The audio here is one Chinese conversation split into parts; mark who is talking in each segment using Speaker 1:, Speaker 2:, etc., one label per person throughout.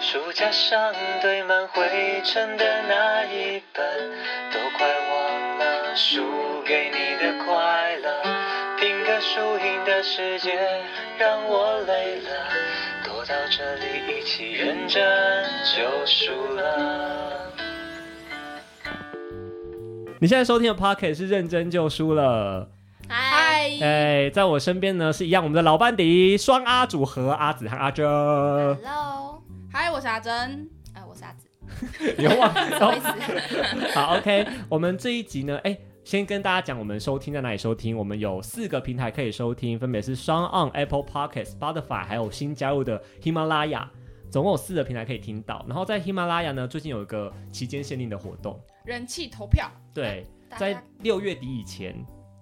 Speaker 1: 书架上堆满灰尘的那一本，都快忘了输给你的快乐。拼个输赢的世界让我累了，躲到这里一起认真就输了。
Speaker 2: 你现在收听的 Pocket 是认真就输了。
Speaker 3: 嗨，
Speaker 4: 嗨，
Speaker 2: 哎，在我身边呢是一样我们的老班底双阿组合阿紫和阿珍。
Speaker 4: ，Hello，
Speaker 3: 嗨，我是阿珍。
Speaker 4: 哎、我是阿紫，
Speaker 2: 你忘
Speaker 4: 不
Speaker 2: 了
Speaker 4: 好意？思，
Speaker 2: 好，OK，我们这一集呢，哎、先跟大家讲我们收听在哪里收听。我们有四个平台可以收听，分别是双 On、Apple Pocket、Spotify，还有新加入的喜马拉雅。总共有四个平台可以听到。然后在喜马拉雅呢，最近有一个期间限定的活动，
Speaker 3: 人气投票，
Speaker 2: 对，
Speaker 4: 大
Speaker 2: 在
Speaker 4: 家
Speaker 2: 六月底以前，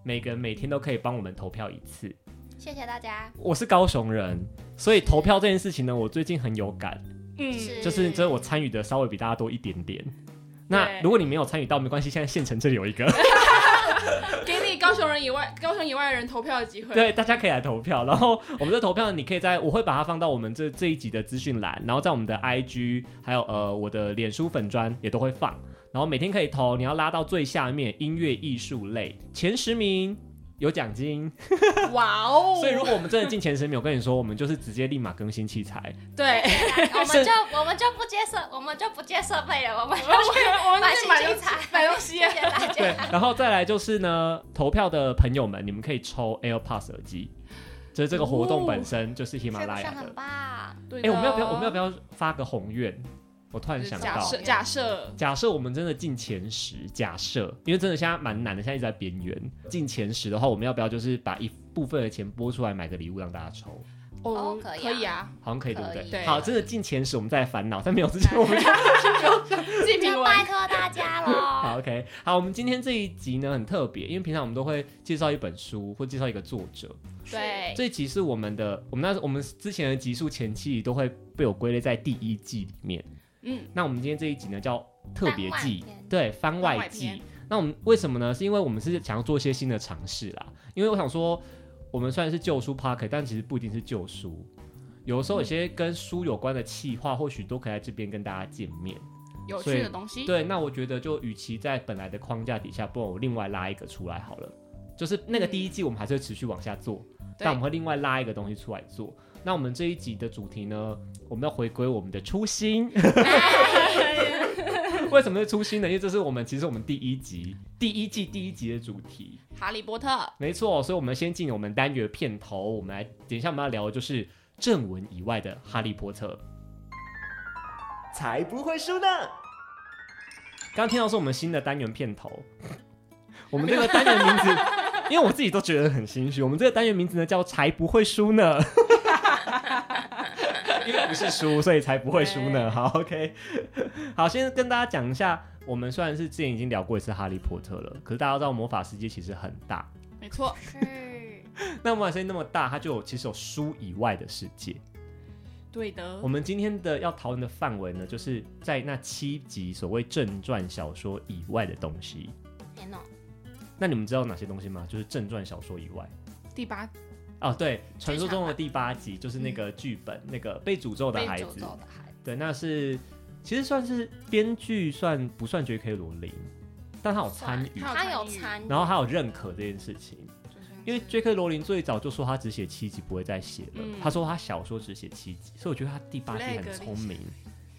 Speaker 2: 每个人每天都可以帮我们投票一次。
Speaker 4: 谢谢 大家，
Speaker 2: 我是高雄人，所以投票这件事情呢，我最近很有感。
Speaker 3: 嗯，
Speaker 4: 是
Speaker 2: 就是这我参与的稍微比大家多一点点。那如果你没有参与到，没关系，现在县城这里有一个，
Speaker 3: 给你高雄人以外、 高雄以外人投票的机会。
Speaker 2: 对，大家可以来投票。然后我们的投票，你可以在我会把它放到我们这这一集的资讯栏，然后在我们的 IG，还有呃我的脸书粉砖也都会放。然后每天可以投，你要拉到最下面音乐艺术类前十名有奖金。
Speaker 3: 哇哦！
Speaker 2: 所以如果我们真的进前十名，我跟你说，我们就是直接立马更新器材。
Speaker 3: 对，
Speaker 4: 我们就我们就不接设，我们就不接设备了，我们
Speaker 3: 我们
Speaker 4: 就去
Speaker 3: 我 们
Speaker 4: 买
Speaker 3: 去
Speaker 4: 新
Speaker 3: 买
Speaker 4: 精
Speaker 3: 东西
Speaker 4: 彩，
Speaker 3: 买东西啊
Speaker 4: 谢谢大
Speaker 2: 对
Speaker 4: 家，，
Speaker 2: 然后再来就是呢，投票的朋友们，你们可以抽 AirPods 耳机，就是这个活
Speaker 4: 哦
Speaker 2: 动本身就是喜马
Speaker 4: 是不
Speaker 2: 拉
Speaker 4: 是
Speaker 2: 雅
Speaker 4: 很
Speaker 2: 的。
Speaker 4: 棒？
Speaker 3: 对
Speaker 2: 哎、
Speaker 3: 的
Speaker 2: 我们要不要我们要不要发个宏愿？我突然想
Speaker 3: 假
Speaker 2: 到，
Speaker 3: 设假设
Speaker 2: 假设我们真的进前十，假设因为真的现在蛮难的，现在一直在边缘。进前十的话，我们要不要就是把一部分的钱拨出来买个礼物让大家抽？
Speaker 4: 哦可以啊
Speaker 3: 可 以啊，
Speaker 2: 好像可以，对不
Speaker 4: 可
Speaker 2: 对？
Speaker 4: 以
Speaker 3: 对
Speaker 2: 好，真的进前十，我们再来烦恼。但没有之前，我们就
Speaker 3: 自己评
Speaker 4: 就
Speaker 3: 论
Speaker 4: 拜。托大家喽，
Speaker 2: 好，OK，好，我们今天这一集呢很特别，因为平常我们都会介绍一本书或介绍一个作者。
Speaker 3: 对，
Speaker 2: 这一集是我们的，我们那我们之前的集数前期都会被我归类在第一季里面。
Speaker 3: 嗯，
Speaker 2: 那我们今天这一集呢叫特别季
Speaker 4: 番外篇，
Speaker 2: 对，番
Speaker 3: 番
Speaker 2: 外
Speaker 3: 外
Speaker 2: 季
Speaker 3: 篇。
Speaker 2: 那我们为什么呢？是因为我们是想要做一些新的尝试啦。因为我想说，我们虽然是旧书 park，但其实不一定是旧书。有的时候有些跟书有关的企划，或许都可以在这边跟大家见面。
Speaker 3: 有
Speaker 2: 所以
Speaker 3: 趣的东西。
Speaker 2: 对，那我觉得就与其在本来的框架底下，不然我另外拉一个出来好了。就是那个第一季我们还是会持续往下做，但我们会另外拉一个东西出来做。那我们这一集的主题呢，我们要回归我们的初心。 为什么是初心呢？因为这是我们其实我们第一集第一季第一集的主题，
Speaker 3: 哈利波特，
Speaker 2: 没错。所以我们先进我们单元片头，我们来等一下我们要聊的就是正文以外的《哈利波特》。
Speaker 1: 才不会输呢！
Speaker 2: 刚听到是我们新的单元片头， 我们这个单元名字， 因为我自己都觉得很心虚。我们这个单元名字呢叫“才不会输 呢”，因为不是输，所以才不会输呢。好，OK，好，先跟大家讲一下，我们虽然是之前已经聊过一次《哈利波特》了，可是大家都知道魔法世界其实很大，
Speaker 3: 没错，
Speaker 4: 是，
Speaker 2: 那魔法世界那么大，它就有其实有书以外的世界。
Speaker 3: 对的
Speaker 4: 嗯
Speaker 2: 我。们今天的要讨论的范围呢，就是在那七集所谓正传小说以外的东西。
Speaker 4: 天哪，
Speaker 2: 那你们知道哪些东西吗？就是正传小说以外。
Speaker 3: 第八
Speaker 2: 哦，对，传说中的第八集就是那个剧本，那个被诅咒的
Speaker 4: 被
Speaker 2: 孩
Speaker 4: 诅
Speaker 2: 子。
Speaker 4: 咒的孩子，
Speaker 2: 对，那是其实算是编剧算不算 J.K. 罗琳，但他有参与，
Speaker 3: 算
Speaker 4: 他有
Speaker 3: 他有
Speaker 4: 参与，
Speaker 2: 然后他有认可这件事情。因为
Speaker 4: 就是
Speaker 2: J.K. 罗琳最早就说他只写七集不会再写了，
Speaker 3: 嗯
Speaker 2: 他说他小说只写七集，所以我觉得他第八集
Speaker 3: Flag
Speaker 2: 很聪明。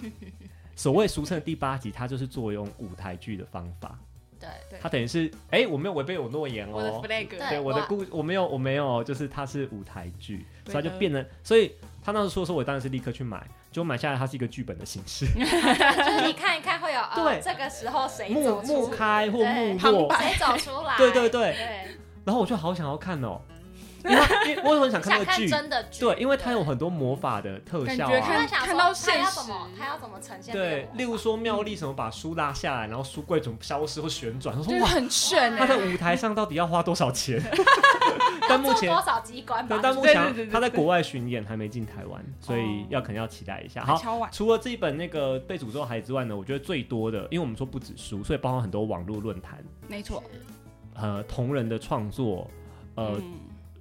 Speaker 2: 所谓俗称的第八集，他就是作用舞台剧的方法，
Speaker 4: 对
Speaker 3: 对
Speaker 2: 他等于是哎、我没有违背我诺言哦，
Speaker 3: 我的 flag，
Speaker 4: 对
Speaker 2: 对，我的
Speaker 4: 哇
Speaker 2: 故我没有我没有，就是它是舞台剧，
Speaker 3: 对
Speaker 2: 所以它就
Speaker 3: 的
Speaker 2: 变成，所以他那时候说的时候，我当然是立刻去买，就买下来，它是一个剧本的形 式，
Speaker 4: 就是你看一看会有，哦
Speaker 2: 对
Speaker 4: 这个时候谁
Speaker 2: 幕
Speaker 4: 走
Speaker 2: 幕
Speaker 4: 出，
Speaker 2: 开或
Speaker 4: 对
Speaker 2: 幕落，
Speaker 4: 谁走出来，
Speaker 2: 对对对，
Speaker 4: 对，
Speaker 2: 然后我就好想要看 哦，因为它因为我很想看那
Speaker 4: 想
Speaker 2: 个
Speaker 4: 看
Speaker 2: 剧，
Speaker 4: 真的剧，
Speaker 2: 对，因为它有很多魔法的特效
Speaker 3: 感觉
Speaker 4: 我
Speaker 2: 啊
Speaker 4: 在。想
Speaker 3: 看
Speaker 4: 说
Speaker 3: 到
Speaker 4: 他
Speaker 3: 现
Speaker 4: 要
Speaker 3: 实
Speaker 4: 怎么，他要怎么呈现这个魔
Speaker 2: 对
Speaker 4: 法？，
Speaker 2: 例如说妙丽什么把书拉下来，然后书柜怎么消失或旋转，他
Speaker 3: 就
Speaker 2: 说
Speaker 3: 是
Speaker 2: 哇，
Speaker 3: 很炫
Speaker 2: 他
Speaker 3: 欸
Speaker 2: 在舞台上到底要花多少钱？ 但目
Speaker 4: 做
Speaker 2: 前
Speaker 4: 多少机关吧
Speaker 2: 但？但目
Speaker 3: 对对对
Speaker 2: 前
Speaker 3: 对
Speaker 2: 他在国外巡演还没进台湾，所以
Speaker 3: 哦
Speaker 2: 要可能要期待一下。好
Speaker 3: 还，敲碗。
Speaker 2: 除了这一本那个被诅咒的孩子之外呢，我觉得最多的，因为我们说不止书，所以包含很多网络论坛，
Speaker 3: 没错，
Speaker 2: 呃，同人的创作，呃，
Speaker 3: 嗯，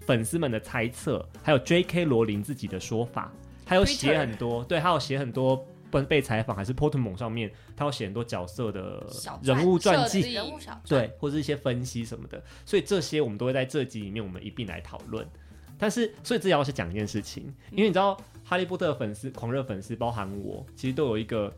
Speaker 2: 粉丝们的猜测，还有 J.K. 罗琳自己的说法，还有写
Speaker 3: Twitter
Speaker 2: 很多，对，还有写很多不管是被采访还是 Portman 上面，他要写很多角色的
Speaker 4: 小
Speaker 2: 人物传
Speaker 3: 设
Speaker 2: 记
Speaker 3: 计，
Speaker 4: 人物小传
Speaker 2: 对，或是一些分析什么的，所以这些我们都会在这集里面我们一并来讨论。但是，所以这也要是讲一件事情，因为你知道，哈利波特的粉丝、狂热粉丝，包含我，其实都有一个，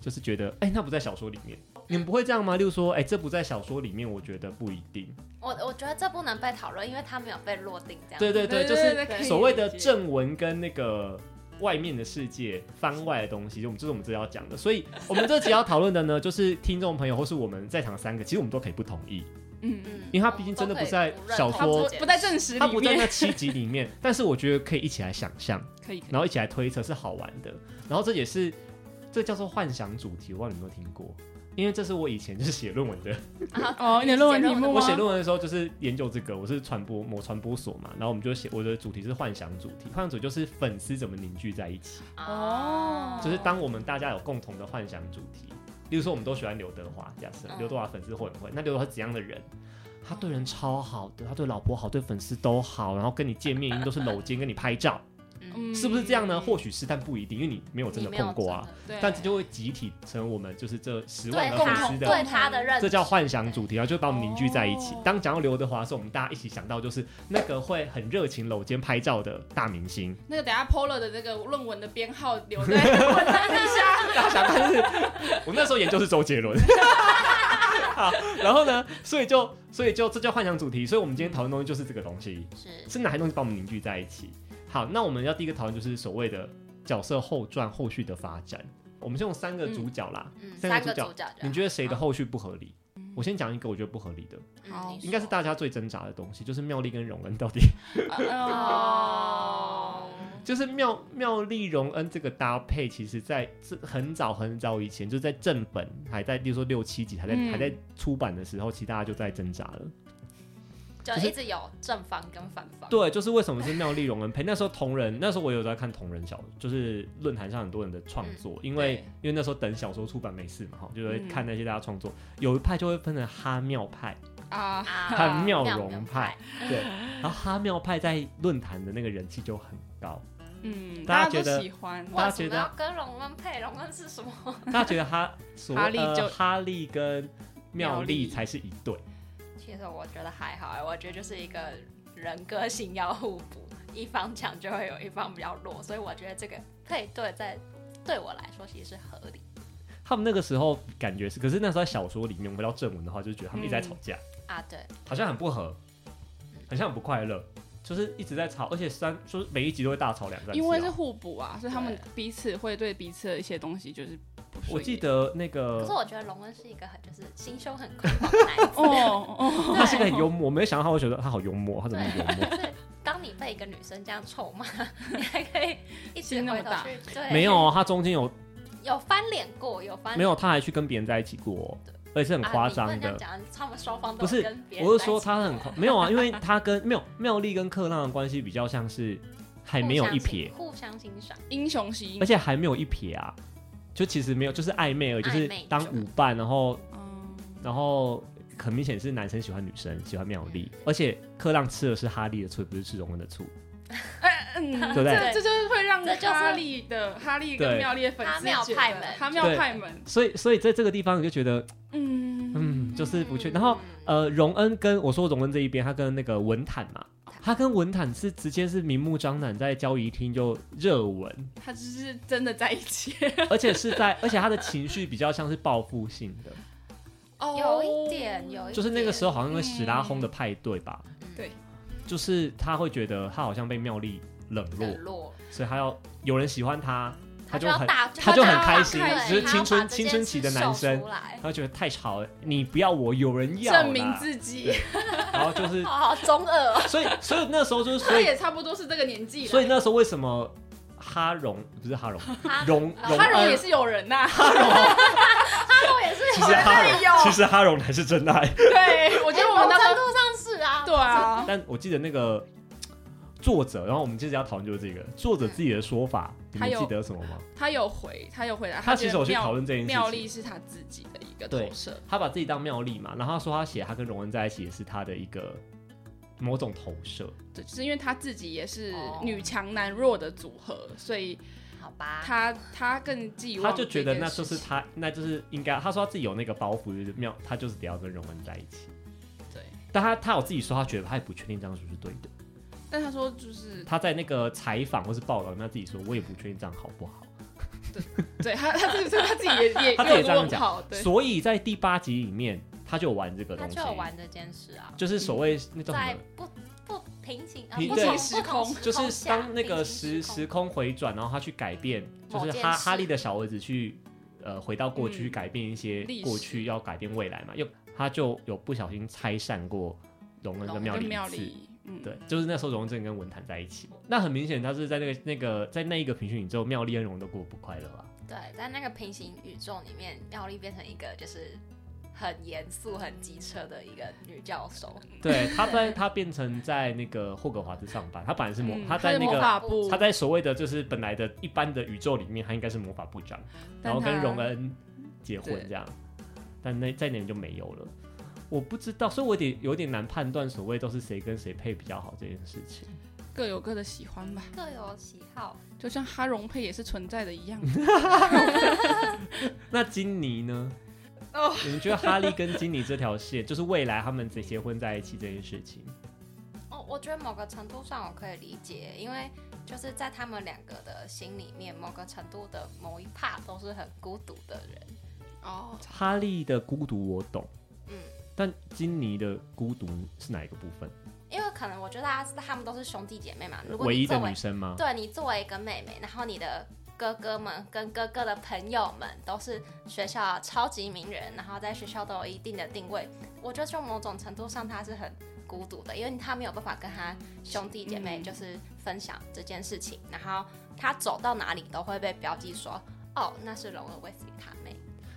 Speaker 2: 就是觉得，哎、那不在小说里面，你们不会这样吗？例如说，哎、这不在小说里面，我觉得不一定。
Speaker 4: 我我觉得这不能被讨论，因为它没有被落定这样。
Speaker 2: 对对对，
Speaker 3: 对
Speaker 2: 就
Speaker 3: 对
Speaker 2: 是
Speaker 3: 对可以
Speaker 2: 所谓
Speaker 3: 理
Speaker 2: 的
Speaker 3: 解
Speaker 2: 正文跟那个外面的世界番外的东西，就我们这是我们这要讲的。所以我们这集要讨论的呢，就是听众朋友或是我们在场三个，其实我们都可以不同意，
Speaker 3: 嗯，
Speaker 4: 嗯，
Speaker 2: 因为它毕竟真的不是在小
Speaker 3: 他
Speaker 2: 说
Speaker 3: 不
Speaker 4: 我
Speaker 3: 不在正史
Speaker 2: 它
Speaker 3: 里
Speaker 2: 不在那
Speaker 3: 面，
Speaker 2: 七集里面，但是我觉得可以一起来想象，
Speaker 3: 可以可以
Speaker 2: 然后一起来推测是好玩的。然后这也是这叫做幻想主题，我不知道你有没有听过。因为这是我以前就是写论文的，
Speaker 3: 哦，你的论文题
Speaker 4: 写论
Speaker 3: 目
Speaker 4: 文
Speaker 2: 我写
Speaker 3: 吗？
Speaker 2: 论文的时候就是研究这个，我是传播某传播所嘛，然后我们就写我的主题是幻想主题，幻想主题就是粉丝怎么凝聚在一起，
Speaker 4: 哦，
Speaker 2: 就是当我们大家有共同的幻想主题，例如说我们都喜欢刘德华，假设
Speaker 4: 嗯
Speaker 2: 刘德华粉丝会不会？那刘德华是怎样的人？他对人超好的，他对老婆好，对粉丝都好，然后跟你见面一定都是搂肩跟你拍照，
Speaker 4: 嗯
Speaker 3: 嗯
Speaker 2: 是不是这样呢？或许是，但不一定，因为你没有真的碰过啊。，
Speaker 3: 对，
Speaker 2: 但这就会集体成为我们就是这十
Speaker 4: 你没
Speaker 2: 万
Speaker 4: 有
Speaker 2: 个
Speaker 4: 真
Speaker 3: 共
Speaker 2: 粉
Speaker 4: 的
Speaker 2: 丝的，
Speaker 4: 对他对他的认知，
Speaker 2: 这叫幻想主题，然后就把我们凝聚在一起
Speaker 3: 哦。
Speaker 2: 当讲到刘德华的时候，我们大家一起想到就是那个会很热情搂肩拍照的大明星，
Speaker 3: 那个等下 Polar 的这个论文的编号留在文章底下。
Speaker 2: 大家想到就是我那时候研究是周杰 伦。好，然后呢，所以就所以就这叫幻想主题，所以我们今天讨论的东西就是这个东西。
Speaker 4: 是
Speaker 2: 是哪些东西把我们凝聚在一起？好，那我们要第一个讨论就是所谓的角色后传后续的发展。我们先用三个主角啦，
Speaker 4: 嗯
Speaker 2: 三
Speaker 4: 三
Speaker 2: 个
Speaker 4: 个
Speaker 2: 主角
Speaker 4: 主角，
Speaker 2: 你觉得谁的后续不合理？ 我先讲一个我觉得不合理的，
Speaker 4: 嗯
Speaker 3: 好
Speaker 4: 你说
Speaker 2: 应该是大家最挣扎的东西，就是妙丽跟荣恩到底，
Speaker 3: 嗯哦，
Speaker 2: 就是妙妙丽荣恩这个搭配，其实在这很早很早以前，就在正本还在，例如说六七集还在、
Speaker 3: 嗯
Speaker 2: 还在出版的时候，其实大家就在挣扎了。
Speaker 4: 就
Speaker 2: 就是
Speaker 4: 一直有正方跟反方，
Speaker 2: 对，就是为什么是妙丽荣恩配？那时候同人，那时候我有在看同人小，就是论坛上很多人的创作，因为
Speaker 3: 嗯对
Speaker 2: 因为那时候等小说出版没事嘛，哈，就会
Speaker 3: 嗯
Speaker 2: 看那些大家创作，有一派就会分成哈妙派，
Speaker 3: 啊，
Speaker 4: 啊，
Speaker 2: 和妙
Speaker 4: 妙
Speaker 2: 容
Speaker 4: 容
Speaker 2: 派
Speaker 4: 派，
Speaker 2: 对，然后哈妙派在论坛的那个人气就很高，
Speaker 3: 嗯，
Speaker 2: 大家
Speaker 3: 家
Speaker 2: 觉得
Speaker 3: 都喜欢。
Speaker 2: 大家
Speaker 4: 为
Speaker 2: 觉
Speaker 4: 什
Speaker 2: 得
Speaker 4: 么要跟荣恩配？荣恩是什么？
Speaker 2: 大家觉得哈所
Speaker 3: 哈利
Speaker 2: 呃
Speaker 3: 就
Speaker 2: 哈利跟妙
Speaker 3: 妙
Speaker 2: 丽
Speaker 3: 丽
Speaker 2: 才是一对，
Speaker 4: 其实我觉得还好，我觉得就是一个人个性要互补，一方强就会有一方比较弱，所以我觉得这个配对在对我来说其实是合理。
Speaker 2: 他们那个时候感觉是，可是那时候在小说里面，我们回到正文的话，就觉得他们一直在吵架。
Speaker 4: 啊，对，
Speaker 2: 好像很不合，很像很不快乐，就是一直在吵，而且三就是每一集都会大吵两三次啊、
Speaker 3: 因为是互补啊，所以他们
Speaker 4: 对
Speaker 3: 彼此会对彼此的一些东西就是不顺眼。
Speaker 2: 我记得那
Speaker 4: 可是
Speaker 2: 个
Speaker 4: 我觉得荣恩是一个很就是心胸很宽广的男子，
Speaker 3: 哦 哦，
Speaker 2: 他是个很幽默，我没有想到他会觉得他好幽默，他怎么那么幽 默？
Speaker 4: 就是当你被一个女生这样臭骂，你还可以一直
Speaker 3: 心那么
Speaker 4: 回头
Speaker 3: 大
Speaker 4: 去，对，
Speaker 2: 没有，啊他中间 有
Speaker 4: 有翻脸过，有翻
Speaker 2: 没有，他还去跟别人在一起过，而且是很
Speaker 4: 啊
Speaker 2: 夸
Speaker 4: 你不能
Speaker 2: 张
Speaker 4: 这
Speaker 2: 的
Speaker 4: 样。讲，他们双方都
Speaker 2: 不是
Speaker 4: 有跟别人
Speaker 2: 我
Speaker 4: 在
Speaker 2: 是
Speaker 4: 一
Speaker 2: 说
Speaker 4: 起
Speaker 2: 他很夸没有啊，因为他跟没有妙丽跟克浪的关系比较像是还没有
Speaker 4: 互相
Speaker 2: 一
Speaker 4: 欣
Speaker 2: 撇，
Speaker 4: 互相欣赏，
Speaker 3: 英雄惜英
Speaker 2: 而，且还没有一撇啊，就其实没有，就是暧昧而已，就是
Speaker 4: 暧昧
Speaker 2: 当舞伴，然后
Speaker 3: 嗯，
Speaker 2: 然后很明显是男生喜欢女生，喜欢妙丽，而且克浪吃的是哈利的醋，不是吃荣恩的醋。
Speaker 3: 嗯
Speaker 2: 对不对
Speaker 3: 这这就是会让
Speaker 4: 这就是
Speaker 3: 哈利的哈利跟
Speaker 2: 对
Speaker 3: 妙丽的粉丝
Speaker 4: 哈妙
Speaker 3: 觉得
Speaker 4: 派们
Speaker 3: 哈妙
Speaker 2: 对
Speaker 3: 派们，
Speaker 2: 所以，所以在这个地方你就觉得，
Speaker 3: 嗯
Speaker 2: 嗯，就是不确。然后，呃，荣恩跟我说荣恩这一边，他跟那个文坦嘛，他跟文坦是直接是明目张胆在交易厅就热吻，
Speaker 3: 他就是真的在一起。
Speaker 2: 而且是在，而且他的情绪比较像是报复性的，
Speaker 4: 有一点，有一
Speaker 2: 就是那个时候
Speaker 4: 点
Speaker 2: 好像跟史拉轰的派对吧，
Speaker 4: 嗯
Speaker 3: 对，
Speaker 2: 就是他会觉得他好像被妙丽冷落，
Speaker 4: 冷落，
Speaker 2: 所以他要有人喜欢他，他就
Speaker 4: 嗯要
Speaker 2: 很
Speaker 4: 大，
Speaker 2: 他
Speaker 3: 就很
Speaker 4: 要
Speaker 3: 开
Speaker 4: 大
Speaker 3: 心
Speaker 4: 对
Speaker 3: 就是
Speaker 4: 他
Speaker 2: 青
Speaker 4: 要
Speaker 2: 春
Speaker 4: 把这
Speaker 2: 青
Speaker 4: 件
Speaker 2: 春期的
Speaker 4: 事
Speaker 2: 男
Speaker 4: 秀
Speaker 2: 生
Speaker 4: 出 来
Speaker 2: 他觉得太吵了，你不要我，有人要啦
Speaker 3: 证明自己
Speaker 2: 对，然后就是，
Speaker 4: 哦，中二 哦，
Speaker 2: 所以所以那时候就是，所
Speaker 3: 他
Speaker 2: 以
Speaker 3: 也差不多是这个年纪了。
Speaker 2: 所以那时候为什么哈荣不是哈荣
Speaker 4: 哈
Speaker 2: 荣
Speaker 4: 啊
Speaker 2: 荣
Speaker 3: 哈荣
Speaker 2: 恩
Speaker 3: 也是有人呐、
Speaker 4: 他们也是
Speaker 2: 其
Speaker 4: 有
Speaker 2: 实哈
Speaker 3: 哎呦
Speaker 2: 荣其实哈荣才是真爱，
Speaker 3: 对，我觉得我们
Speaker 4: 哎某
Speaker 3: 那时
Speaker 4: 程
Speaker 3: 候
Speaker 4: 度上是啊，
Speaker 3: 对啊，
Speaker 2: 但我记得那个作者，然后我们接着要讨论就是这个作者自己的说法，你
Speaker 3: 还
Speaker 2: 们
Speaker 3: 有
Speaker 2: 记得什么吗？
Speaker 3: 他有回，他有回答，
Speaker 2: 他
Speaker 3: 觉
Speaker 2: 其
Speaker 3: 得
Speaker 2: 实有去
Speaker 3: 妙
Speaker 2: 讨论这件
Speaker 3: 妙
Speaker 2: 事情。
Speaker 3: 丽是他自己的一个
Speaker 2: 对
Speaker 3: 投射，
Speaker 2: 他把自己当妙丽嘛，然后他说他写他跟荣恩在一起也是他的一个某种投射，
Speaker 3: 对，就是因为他自己也是
Speaker 4: 哦
Speaker 3: 女强男弱的组合，所以
Speaker 4: 好吧？
Speaker 3: 他他更寄望
Speaker 2: 他就觉得
Speaker 3: 这件
Speaker 2: 那就
Speaker 3: 事
Speaker 2: 是
Speaker 3: 情
Speaker 2: 他，那就是应该，他说他自己有那个包袱，就是妙，他就是得要跟荣恩在一起。
Speaker 3: 对，
Speaker 2: 但他他有自己说，他觉得他也不确定这样是不是对的。
Speaker 3: 但他说就是
Speaker 2: 他在那个采访或是报道里面他自己说，我也不确定这样好不好。
Speaker 3: 对他他自己他自己 也也
Speaker 2: 他自己
Speaker 3: 也
Speaker 2: 也
Speaker 3: 有
Speaker 2: 这样
Speaker 3: 问
Speaker 2: 讲
Speaker 3: 号，对，
Speaker 2: 所以在第八集里面，他就玩这个
Speaker 4: 他
Speaker 2: 东西
Speaker 4: 就，有玩这件事啊，
Speaker 2: 就是所谓那种什
Speaker 4: 在
Speaker 2: 么
Speaker 4: 不不平行啊，
Speaker 2: 平
Speaker 4: 不
Speaker 2: 对
Speaker 4: 同
Speaker 3: 时
Speaker 4: 不
Speaker 3: 空
Speaker 4: 同时
Speaker 2: 就是
Speaker 4: 下
Speaker 2: 当那个
Speaker 4: 平行
Speaker 2: 时时
Speaker 4: 时空
Speaker 2: 空回转，然后他去改变，就
Speaker 4: 某
Speaker 2: 是
Speaker 4: 件
Speaker 2: 哈
Speaker 4: 事
Speaker 2: 哈利的小儿子去呃回到过去
Speaker 3: 嗯
Speaker 2: 去改变一些
Speaker 3: 历史
Speaker 2: 过去，要改变未来嘛，又他就有不小心拆散过荣恩
Speaker 4: 荣
Speaker 2: 跟
Speaker 4: 恩
Speaker 2: 妙
Speaker 3: 跟
Speaker 2: 丽
Speaker 3: 妙
Speaker 2: 一次。
Speaker 3: 丽，嗯，
Speaker 2: 对，就是那时候荣恩正跟文坛在一起，那很明显他是在那个那个在那一个平行宇宙，妙丽跟荣恩都过得不快乐啊。
Speaker 4: 对，在那个平行宇宙里面，妙丽变成一个就是很严肃、很机车的一个女教授，
Speaker 3: 嗯
Speaker 2: 对，他在他变成在那个霍格华兹上班，他本来是魔，
Speaker 3: 嗯
Speaker 2: 他在那
Speaker 3: 魔
Speaker 2: 个
Speaker 3: 法部，
Speaker 2: 他在所谓的就是本来的一般的宇宙里面，他应该是魔法部长，
Speaker 3: 但
Speaker 2: 然后跟
Speaker 3: 他
Speaker 2: 荣恩结婚
Speaker 3: 对
Speaker 2: 这样，但那在那里就没有了。我不知道，所以我有点有点难判断所谓都是谁跟谁配比较好这件事情。
Speaker 3: 各有各的喜欢吧，
Speaker 4: 各有喜好。
Speaker 3: 就像哈容配也是存在的一 样。
Speaker 2: 那金妮呢？
Speaker 3: 哦，
Speaker 2: 你们觉得哈利跟金妮这条线，就是未来他们结结婚在一起这件事情，
Speaker 4: 哦，我觉得某个程度上我可以理解，因为就是在他们两个的心里面，某个程度的某一 part 都是很孤独的人。
Speaker 3: 哦，
Speaker 2: 哈利的孤独我懂，
Speaker 4: 嗯，
Speaker 2: 但金妮的孤独是哪一个部分？
Speaker 4: 因为可能我觉得大家他们都是兄弟姐妹嘛，如果
Speaker 2: 唯
Speaker 4: 你
Speaker 2: 一的
Speaker 4: 作
Speaker 2: 女
Speaker 4: 为
Speaker 2: 生吗？
Speaker 4: 对你作为一个妹妹，然后你的哥哥们跟哥哥的朋友们都是学校的超级名人，然后在学校都有一定的定位，我觉得从某种程度上他是很孤独的，因为他没有办法跟他兄弟姐妹
Speaker 3: 嗯
Speaker 4: 就是分享这件事情，然后他走到哪里都会被标记说，哦，那是荣恩威斯利他妹。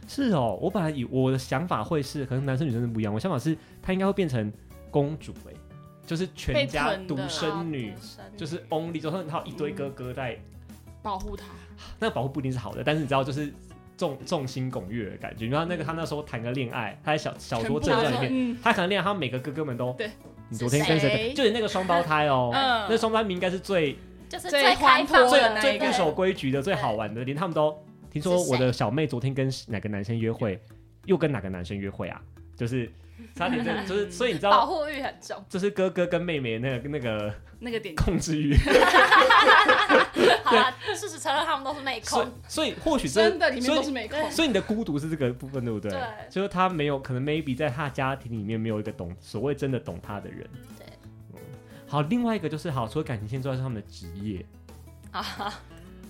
Speaker 2: 是哦，我本来以我的想法会是，可能男生女生是不一样。我想法是，她应该会变成公主哎、就是全家
Speaker 3: 被疼的
Speaker 2: 独生女
Speaker 4: 哦，独生女
Speaker 2: 就是 only，就算她有一堆哥哥在，
Speaker 3: 保护他，
Speaker 2: 那保护不一定是好的，但是你知道就是。众众星拱月的感觉，你知道那个她那时候谈个恋爱，她在小小说正传里面，
Speaker 3: 面，
Speaker 2: 她谈恋爱，她每个哥哥们都
Speaker 3: 对，
Speaker 2: 你昨天跟
Speaker 3: 是
Speaker 2: 谁
Speaker 3: 谁？
Speaker 2: 就是那个双胞胎哦，
Speaker 3: 嗯
Speaker 2: 那双胞胎应该是最
Speaker 4: 就是
Speaker 3: 最
Speaker 4: 最
Speaker 3: 欢
Speaker 4: 开放
Speaker 3: 脱的
Speaker 2: 最
Speaker 4: 的
Speaker 3: 那
Speaker 2: 最
Speaker 3: 一个
Speaker 2: 不守规矩的、最好玩的，连他们都听说
Speaker 4: 是谁
Speaker 2: 我的小妹昨天跟哪个男生约会，又跟哪个男生约会啊？就是差点就就是，所以你知
Speaker 4: 保
Speaker 2: 道，
Speaker 4: 护欲很重，
Speaker 2: 这是哥哥跟妹妹那个那个
Speaker 3: 那个点
Speaker 2: 控制欲，
Speaker 4: 好了，事实承认他们都是妹
Speaker 2: 所以
Speaker 4: 控，
Speaker 2: 所以或许这
Speaker 3: 真的里面
Speaker 2: 所
Speaker 3: 都
Speaker 2: 以
Speaker 3: 是美控
Speaker 4: 对，
Speaker 2: 所以你的孤独是这个部分，对不对？
Speaker 4: 对
Speaker 2: 就是他没有，可能 maybe 在他家庭里面没有一个懂所谓真的懂他的人。
Speaker 4: 对
Speaker 2: 嗯，好，另外一个就是好，除了感情线之外，是他们的职业。
Speaker 4: 啊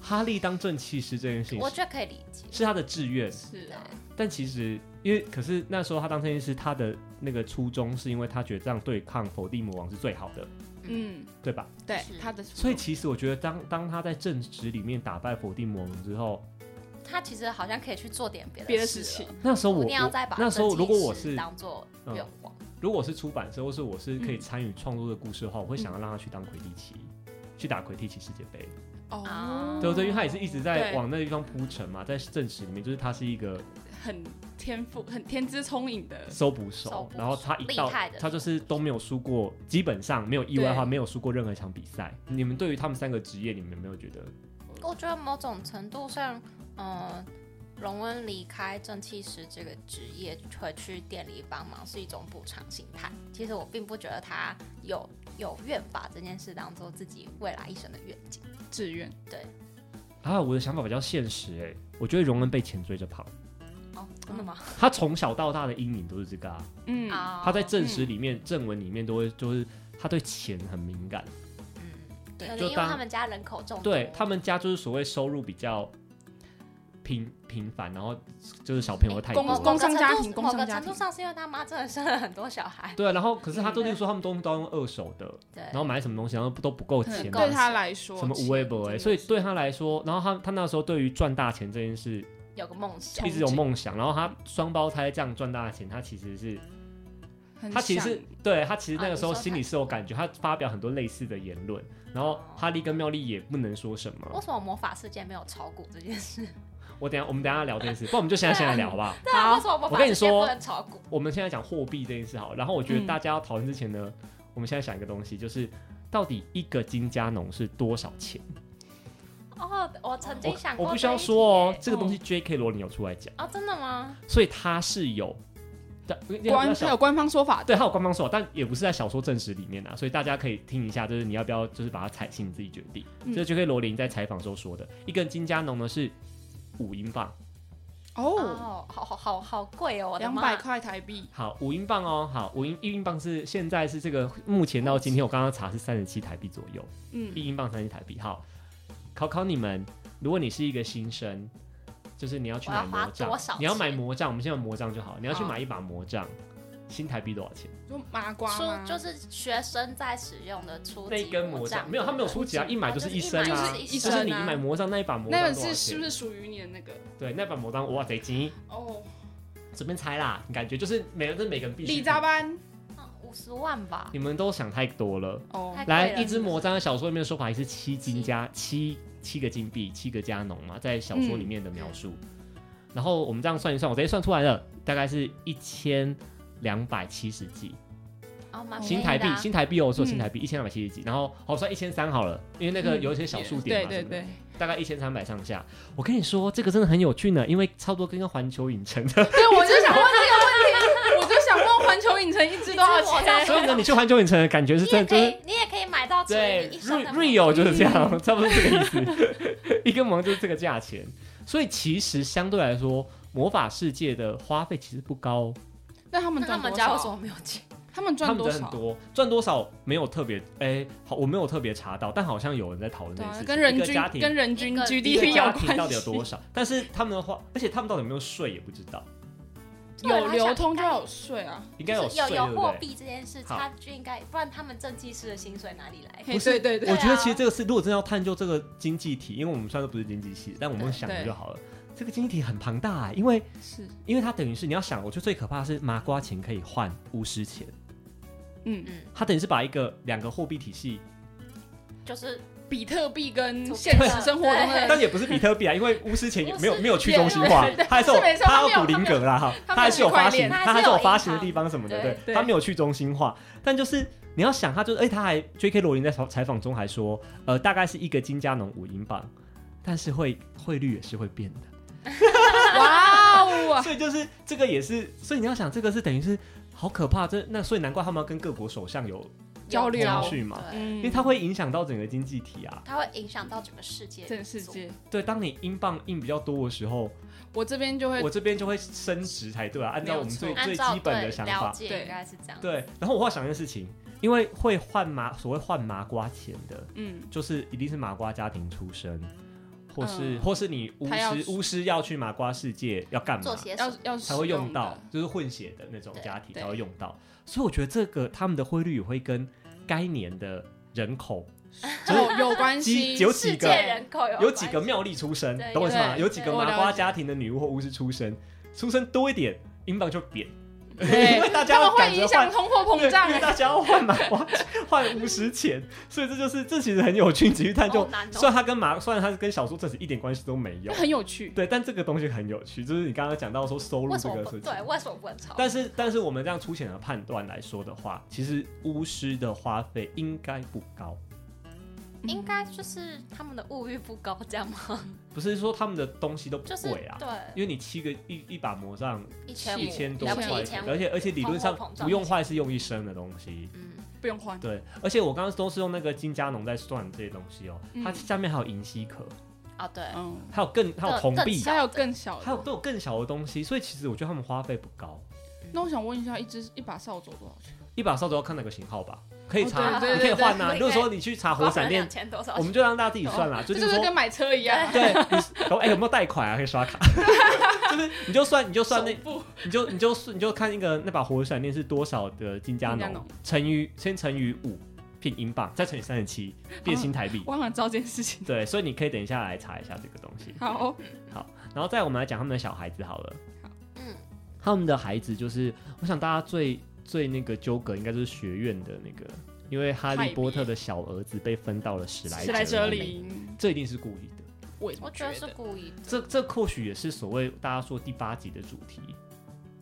Speaker 2: 哈利当正气师这件事情
Speaker 4: 我
Speaker 2: 是
Speaker 4: 觉得可以理解。
Speaker 2: 是他的志愿，
Speaker 3: 是
Speaker 4: 对
Speaker 3: 啊，
Speaker 2: 但其实，因为可是那时候他当天师，他的那个初衷是因为他觉得这样对抗伏地魔王是最好的，
Speaker 3: 嗯，
Speaker 2: 对吧？
Speaker 3: 对
Speaker 4: 是，
Speaker 3: 他的
Speaker 2: 所以其实我觉得当，当他在正史里面打败伏地魔王之后，
Speaker 4: 他其实好像可以去做点别的
Speaker 3: 别的
Speaker 4: 事
Speaker 3: 事情
Speaker 4: 了，
Speaker 2: 那时候
Speaker 4: 不
Speaker 2: 我
Speaker 4: 一定要
Speaker 2: 我
Speaker 4: 再把
Speaker 2: 那时候
Speaker 4: 设计
Speaker 2: 如果我
Speaker 4: 师
Speaker 2: 是嗯
Speaker 4: 当做愿望，
Speaker 2: 如果是出版社，或是我是可以参与创作的故事的话，我会想要让他去当魁地奇，去打魁地奇世界杯，
Speaker 3: 哦
Speaker 4: 啊，
Speaker 2: 对不对？因为他也是一直在
Speaker 3: 对
Speaker 2: 往那地方铺陈嘛，在正史里面，就是他是一个
Speaker 3: 很天赋、很天资聪颖的，
Speaker 2: 收捕
Speaker 4: 收
Speaker 2: 手
Speaker 4: 捕，手
Speaker 2: 然后他一到
Speaker 4: 厉害的
Speaker 2: 他就是都没有输过，基本上没有意外的话
Speaker 3: 对
Speaker 2: 没有输过任何一场比赛。你们对于他们三个职业，你们有没有觉得？
Speaker 4: 我觉得某种程度上，嗯，荣恩离开正气师这个职业，回去店里帮忙是一种补偿心态。其实我并不觉得他有有愿把这件事当做自己未来一生的愿景。
Speaker 3: 志愿
Speaker 2: 啊，我的想法比较现实哎、我觉得荣恩被钱追着跑，
Speaker 4: 哦，真的吗？
Speaker 2: 他从小到大的阴影都是这个啊。
Speaker 3: 嗯，
Speaker 4: 啊
Speaker 2: 他在正史里面、正文里面都会，就是他对钱很敏感。
Speaker 4: 嗯，
Speaker 3: 对
Speaker 4: 可能
Speaker 2: 就
Speaker 4: 因为
Speaker 2: 当
Speaker 4: 他们家人口众多，
Speaker 2: 对他们家就是所谓收入比较平平凡，然后就是小朋友太多
Speaker 3: 公
Speaker 4: 某
Speaker 2: 了。
Speaker 4: 某
Speaker 3: 公
Speaker 4: 个程
Speaker 3: 商家
Speaker 4: 度
Speaker 3: 庭工
Speaker 4: 某
Speaker 3: 商
Speaker 4: 个
Speaker 3: 家
Speaker 4: 程度
Speaker 3: 庭
Speaker 4: 上是因为他妈真的生了很多小孩，
Speaker 2: 对，啊然后可是他都听说他们东西都要用二手的，
Speaker 4: 对，
Speaker 2: 然后买什么东西，然后都不够
Speaker 3: 可能
Speaker 2: 钱，
Speaker 4: 够
Speaker 3: 对他来说
Speaker 2: 什么
Speaker 3: 钱
Speaker 2: 无微不为，
Speaker 3: 真的
Speaker 2: 所以
Speaker 3: 是
Speaker 2: 对他来说，然后他他那时候对于赚大钱这件事
Speaker 4: 有个梦想
Speaker 2: 一，直有梦想，然后他双胞胎这样赚大钱，他其实是
Speaker 3: 很
Speaker 2: 他其实
Speaker 3: 想
Speaker 2: 是对他其实
Speaker 4: 啊
Speaker 2: 那个
Speaker 4: 你
Speaker 2: 时候
Speaker 4: 说
Speaker 2: 心
Speaker 4: 他
Speaker 2: 里是有感觉，他发表很多类似的言论，然后哈利跟妙丽也不能说什
Speaker 4: 为
Speaker 2: 么。
Speaker 4: 什么魔法世界没有炒股这件事？
Speaker 2: 我等一下我们等一下聊这件事，不然我们就现在现在聊好不好？
Speaker 4: 对啊，为什么魔
Speaker 2: 我
Speaker 4: 法
Speaker 2: 跟你
Speaker 4: 世界
Speaker 2: 说
Speaker 4: 不能炒股？
Speaker 2: 我们现在讲货币这件事好了，然后我觉得
Speaker 3: 嗯
Speaker 2: 大家要讨论之前呢，我们现在想一个东西，就是到底一个金加农是多少钱？
Speaker 4: 哦，我曾经
Speaker 2: 我
Speaker 4: 想过
Speaker 2: 我必须
Speaker 4: 这
Speaker 2: 要
Speaker 4: 一
Speaker 2: 说哦
Speaker 4: 题，耶
Speaker 2: 这个东西 J.K. 罗琳有出来讲，
Speaker 4: 哦，真的吗？
Speaker 2: 所以他是有的。
Speaker 3: 官
Speaker 2: 要
Speaker 3: 还
Speaker 2: 想
Speaker 3: 有官方说法的，
Speaker 2: 对，他有官方说法，但也不是在小说正史里面啊，所以大家可以听一下，就是你要不要，就是把它采信，你自己决定。
Speaker 3: 嗯
Speaker 2: 这、是 J.K. 罗琳在采访时候说的，一根金加农呢是五英镑，
Speaker 3: 哦，
Speaker 4: 哦，好好好好贵哦，我的
Speaker 3: 两
Speaker 4: 妈！
Speaker 3: 百块台币，
Speaker 2: 好，五英镑哦，好，五英一英镑是现在是这个目前到今天我刚刚查是三十七台币左右，
Speaker 3: 嗯，
Speaker 2: 一英镑三十台币。好，考考你们，如果你是一个新生，就是你要去
Speaker 4: 我要
Speaker 2: 买魔
Speaker 4: 花
Speaker 2: 杖
Speaker 4: 多少，
Speaker 2: 你要
Speaker 4: 钱
Speaker 2: 买魔杖，我们先用魔杖就好，你要去
Speaker 4: 好
Speaker 2: 买一把魔杖，新台币多少钱？
Speaker 3: 就麻瓜
Speaker 4: 出
Speaker 3: 吗
Speaker 4: 就是学生在使用的初级
Speaker 2: 那一根魔
Speaker 4: 杖，
Speaker 2: 杖没有，它没有
Speaker 4: 出
Speaker 2: 出几啊，一买就是一升
Speaker 3: 就是
Speaker 2: 啊，
Speaker 3: 一
Speaker 2: 就
Speaker 3: 升
Speaker 2: 是你
Speaker 3: 啊
Speaker 2: 买魔杖那一把魔
Speaker 3: 那
Speaker 2: 杖
Speaker 3: 个
Speaker 2: 多少
Speaker 3: 是是不
Speaker 2: 钱？
Speaker 3: 是属于你的那个？
Speaker 2: 对，那把魔杖哇贼金，
Speaker 3: 哦，
Speaker 2: 随便猜啦，感觉就是每个这每个人必须
Speaker 3: 李扎班，
Speaker 4: 嗯五十万吧，
Speaker 2: 你们都想太多了。
Speaker 3: 哦，
Speaker 4: 太贵
Speaker 2: 来，
Speaker 4: 了
Speaker 2: 一只魔杖的小说里面的说法还是七金加七七个金币，七个加农嘛，在小说里
Speaker 3: 嗯
Speaker 2: 面的描述。然后我们这样算一算，我直接算出来了，大概是一千两百七十几
Speaker 4: 哦，蛮便
Speaker 2: 新
Speaker 4: 宜的
Speaker 2: 台
Speaker 4: 啊
Speaker 2: 币，新台币哦，我说新
Speaker 3: 嗯
Speaker 2: 台币一千两百七十几，然后好算一千三好了，因为那个有一些小数点嘛，
Speaker 3: 对
Speaker 2: 什么的
Speaker 3: 对
Speaker 2: 大概一千三百上下。我跟你说，这个真的很有趣呢，因为差不多跟个环球影城 的，
Speaker 3: 对，对，我就想问这个问题，我就想问环球影城一只多少
Speaker 4: 一只魔杖
Speaker 3: 钱？
Speaker 2: 所以呢，你去环球影城的感觉是
Speaker 4: 你
Speaker 2: 真
Speaker 4: 也
Speaker 2: 的
Speaker 4: 可
Speaker 2: 就是
Speaker 4: 以，你也可以买到除
Speaker 2: 对
Speaker 4: 以一升的魔
Speaker 2: r
Speaker 4: 杖
Speaker 2: i o 就是这样， 差不多是这个意思。 一根毛就是这个价钱，所以其实相对来说，魔法世界的花费其实不高哦，
Speaker 3: 那他们
Speaker 4: 那他
Speaker 3: 赚
Speaker 4: 们
Speaker 3: 多
Speaker 4: 家为什
Speaker 3: 少？
Speaker 4: 么没有钱？
Speaker 3: 他们
Speaker 2: 他
Speaker 3: 赚
Speaker 2: 们
Speaker 3: 多
Speaker 2: 的很
Speaker 3: 少？
Speaker 2: 多，赚多少没有特别，哎、好，我没有特别查到，但好像有人在讨论这
Speaker 3: 对
Speaker 2: 件事
Speaker 3: 啊，
Speaker 2: 情，
Speaker 3: 跟人
Speaker 2: 一个家
Speaker 3: 均
Speaker 2: 庭。
Speaker 3: 跟人均
Speaker 4: 一个
Speaker 2: 一
Speaker 3: GDP
Speaker 2: 个
Speaker 3: 有
Speaker 2: 家
Speaker 3: 关
Speaker 2: 庭
Speaker 3: 系，
Speaker 2: 到底有多少？但是他们的话，而且他们到底有没有税也不知道，
Speaker 3: 有流通就要有税啊。
Speaker 2: 应
Speaker 4: 就
Speaker 2: 该
Speaker 4: 是
Speaker 2: 税
Speaker 4: 有
Speaker 2: 对不
Speaker 4: 货
Speaker 2: 对？
Speaker 4: 币这件事，
Speaker 2: 好
Speaker 4: 他就应该，不然他们正技师的薪水哪里来？
Speaker 3: 嘿
Speaker 2: 不是
Speaker 3: 对对
Speaker 4: 啊
Speaker 3: 对，
Speaker 2: 我觉得其实这个是，如果真的要探究这个经济体，因为我们虽然都不是经济系，但我们
Speaker 4: 对
Speaker 2: 想的
Speaker 3: 对
Speaker 2: 就好了。这个经济体很庞大、啊因为
Speaker 3: 是，
Speaker 2: 因为它等于是你要想，我觉得最可怕的是麻瓜钱可以换巫师钱，
Speaker 3: 嗯，
Speaker 4: 嗯，
Speaker 2: 它等于是把一个两个货币体 系，
Speaker 4: 就是
Speaker 3: 比特币跟现实生活中的，
Speaker 2: 但也不是比特币啊，因为巫师钱也没有
Speaker 4: 巫 师
Speaker 2: 没有去中心化
Speaker 3: 对对，对
Speaker 2: 它还是有
Speaker 3: 是没错
Speaker 2: 它
Speaker 3: 它没
Speaker 2: 要
Speaker 3: 有
Speaker 2: 补林格啦哈，
Speaker 3: 它没有
Speaker 2: 它还是有发行，
Speaker 3: 区块链
Speaker 2: 它
Speaker 4: 它
Speaker 2: 还
Speaker 4: 还
Speaker 2: 是
Speaker 4: 是有
Speaker 2: 有
Speaker 4: 银行
Speaker 2: 发行的地方什么的，
Speaker 4: 对
Speaker 2: 对，
Speaker 3: 对
Speaker 2: 它没有去中心化，但就是。你要想，它就是，哎、它还 J.K. 罗琳在采采访中还说，呃，大概是一个金加农五英镑，但是会汇率也是会变的。
Speaker 3: 哇哦，
Speaker 2: 所以就是这个也是，所以你要想，这个是等于是好可怕，这那所以难怪他们要跟各国首相有，
Speaker 3: 焦虑啊
Speaker 4: 有
Speaker 2: 情绪嘛
Speaker 4: 对
Speaker 3: 嗯，
Speaker 2: 因为它会影响到整个经济体啊。
Speaker 4: 它会影响到整个世界，
Speaker 3: 全世。界，
Speaker 2: 对，当你英镑印比较多的时候，
Speaker 3: 我这边就会
Speaker 2: 我这边就会升值才对啊，按照我们最
Speaker 3: 没有错
Speaker 2: 最
Speaker 4: 按照
Speaker 2: 基本
Speaker 4: 对
Speaker 2: 的想
Speaker 4: 了
Speaker 2: 法。
Speaker 4: 解
Speaker 3: 对
Speaker 4: 应该是这样。
Speaker 2: 对，然后我要想一件事情，因为会换麻所谓换麻瓜钱的，
Speaker 3: 嗯，
Speaker 2: 就是一定是麻瓜家庭出身，或是、
Speaker 3: 嗯
Speaker 2: 或是你巫
Speaker 3: 他要
Speaker 2: 师巫师要去麻瓜世界要干嘛？
Speaker 4: 做些什
Speaker 3: 要
Speaker 4: 么？
Speaker 3: 要
Speaker 2: 才会
Speaker 3: 使
Speaker 2: 用
Speaker 3: 用
Speaker 2: 到
Speaker 3: 的，
Speaker 2: 就是混血的那种
Speaker 4: 对
Speaker 2: 家庭
Speaker 3: 对
Speaker 2: 才会用到。所以我觉得这个他们的汇率也会跟该年的人口
Speaker 3: 有有关
Speaker 2: 几
Speaker 3: 系，
Speaker 2: 有
Speaker 4: 世
Speaker 2: 几个
Speaker 4: 界 人口有
Speaker 2: 有几个
Speaker 4: 关系
Speaker 2: 妙丽出身，
Speaker 4: 对
Speaker 2: 懂我意思吗？
Speaker 3: 对
Speaker 2: 有几个
Speaker 3: 对
Speaker 2: 麻
Speaker 3: 我
Speaker 2: 瓜
Speaker 3: 了解
Speaker 2: 家庭的女巫或巫师出身，出身多一点，英镑就贬，
Speaker 3: 对
Speaker 2: 因为大
Speaker 3: 他
Speaker 2: 家
Speaker 3: 们
Speaker 2: 要
Speaker 3: 会
Speaker 2: 赶着
Speaker 3: 影
Speaker 2: 换
Speaker 3: 响。通货
Speaker 2: 对
Speaker 3: 膨胀
Speaker 2: 因为
Speaker 3: 欸，
Speaker 2: 大家要换麻瓜换巫师钱，所以这就是这其实很有趣，你去探究
Speaker 4: 好。难哦
Speaker 2: 虽然它跟马，虽然它跟小说这是一点关系都没有
Speaker 3: 欸 那，很有趣，
Speaker 2: 对，但这个东西很有趣，就是你刚刚讲到说收入
Speaker 4: 为什
Speaker 2: 这
Speaker 4: 么
Speaker 2: 个
Speaker 4: 不
Speaker 2: 事情，
Speaker 4: 对？为什么不能超？
Speaker 2: 但是，但是我们这样粗浅的判断来说的话，其实巫师的花费应该不高，
Speaker 3: 嗯
Speaker 4: 应该就是他们的物欲不高，这样吗？
Speaker 2: 不是说他们的东西都不
Speaker 4: 就是
Speaker 2: 贵啊，
Speaker 4: 对，
Speaker 2: 因为你七个一一把魔杖
Speaker 4: 一千五，
Speaker 2: 一千多
Speaker 4: 了不
Speaker 2: 块
Speaker 4: 起一
Speaker 2: 钱，
Speaker 4: 千
Speaker 2: 而
Speaker 4: 五，
Speaker 2: 且而且理论上
Speaker 4: 通货膨胀
Speaker 2: 不用坏是用一生的东西，
Speaker 4: 嗯，
Speaker 3: 不用换，
Speaker 2: 对，而且我刚刚都是用那个金加农在算这些东西哦，
Speaker 3: 嗯
Speaker 2: 它下面还有银西壳，
Speaker 4: 哦对，
Speaker 3: 嗯，
Speaker 2: 还有更还有
Speaker 4: 更
Speaker 2: 铜
Speaker 4: 更
Speaker 2: 币，
Speaker 4: 小
Speaker 3: 还有更小
Speaker 2: 还有
Speaker 3: 的，
Speaker 2: 都有更小的东西，所以其实我觉得他们花费不高，
Speaker 3: 那我想问一下，一只一把扫帚多少钱？
Speaker 2: 一把扫帚要看哪个型号吧，可以查，
Speaker 3: 哦对
Speaker 2: 你
Speaker 3: 对
Speaker 2: 可以
Speaker 3: 对对
Speaker 2: 换呐。
Speaker 4: 对
Speaker 2: 如果说你去查火闪电
Speaker 4: 两，千多少
Speaker 2: 我？们就让大家自己算啦，
Speaker 3: 这
Speaker 2: 是
Speaker 3: 就是
Speaker 2: 说
Speaker 3: 跟买车一 样，啊
Speaker 2: 对，你是然后哎、有没有贷款啊？可以刷 卡，就是你就算你就 算那
Speaker 3: 首付
Speaker 2: 你就你就你就看那个那把火闪电是多少的金加
Speaker 3: 金加
Speaker 2: 农
Speaker 3: 农
Speaker 2: 乘以先乘以五变英镑，再乘以三十七变新台币。
Speaker 3: 我好想知道这件事情。
Speaker 2: 对，所以你可以等一下来查一下这个东 西。
Speaker 3: 好，
Speaker 2: 然后再我们来讲他们的小孩子好了，
Speaker 4: 嗯，
Speaker 2: 他们的孩子就是我想大家最最那个纠葛应该就是学院的那个，因为哈
Speaker 3: 派
Speaker 2: 利
Speaker 3: 比
Speaker 2: 波特的小儿子被分到了史莱
Speaker 3: 史莱
Speaker 2: 哲
Speaker 3: 哲
Speaker 2: 林，
Speaker 3: 林，
Speaker 2: 这一定是故意的。
Speaker 3: 我
Speaker 4: 我觉得是故意的，
Speaker 2: 这这或许也是所谓大家说第八集的主题，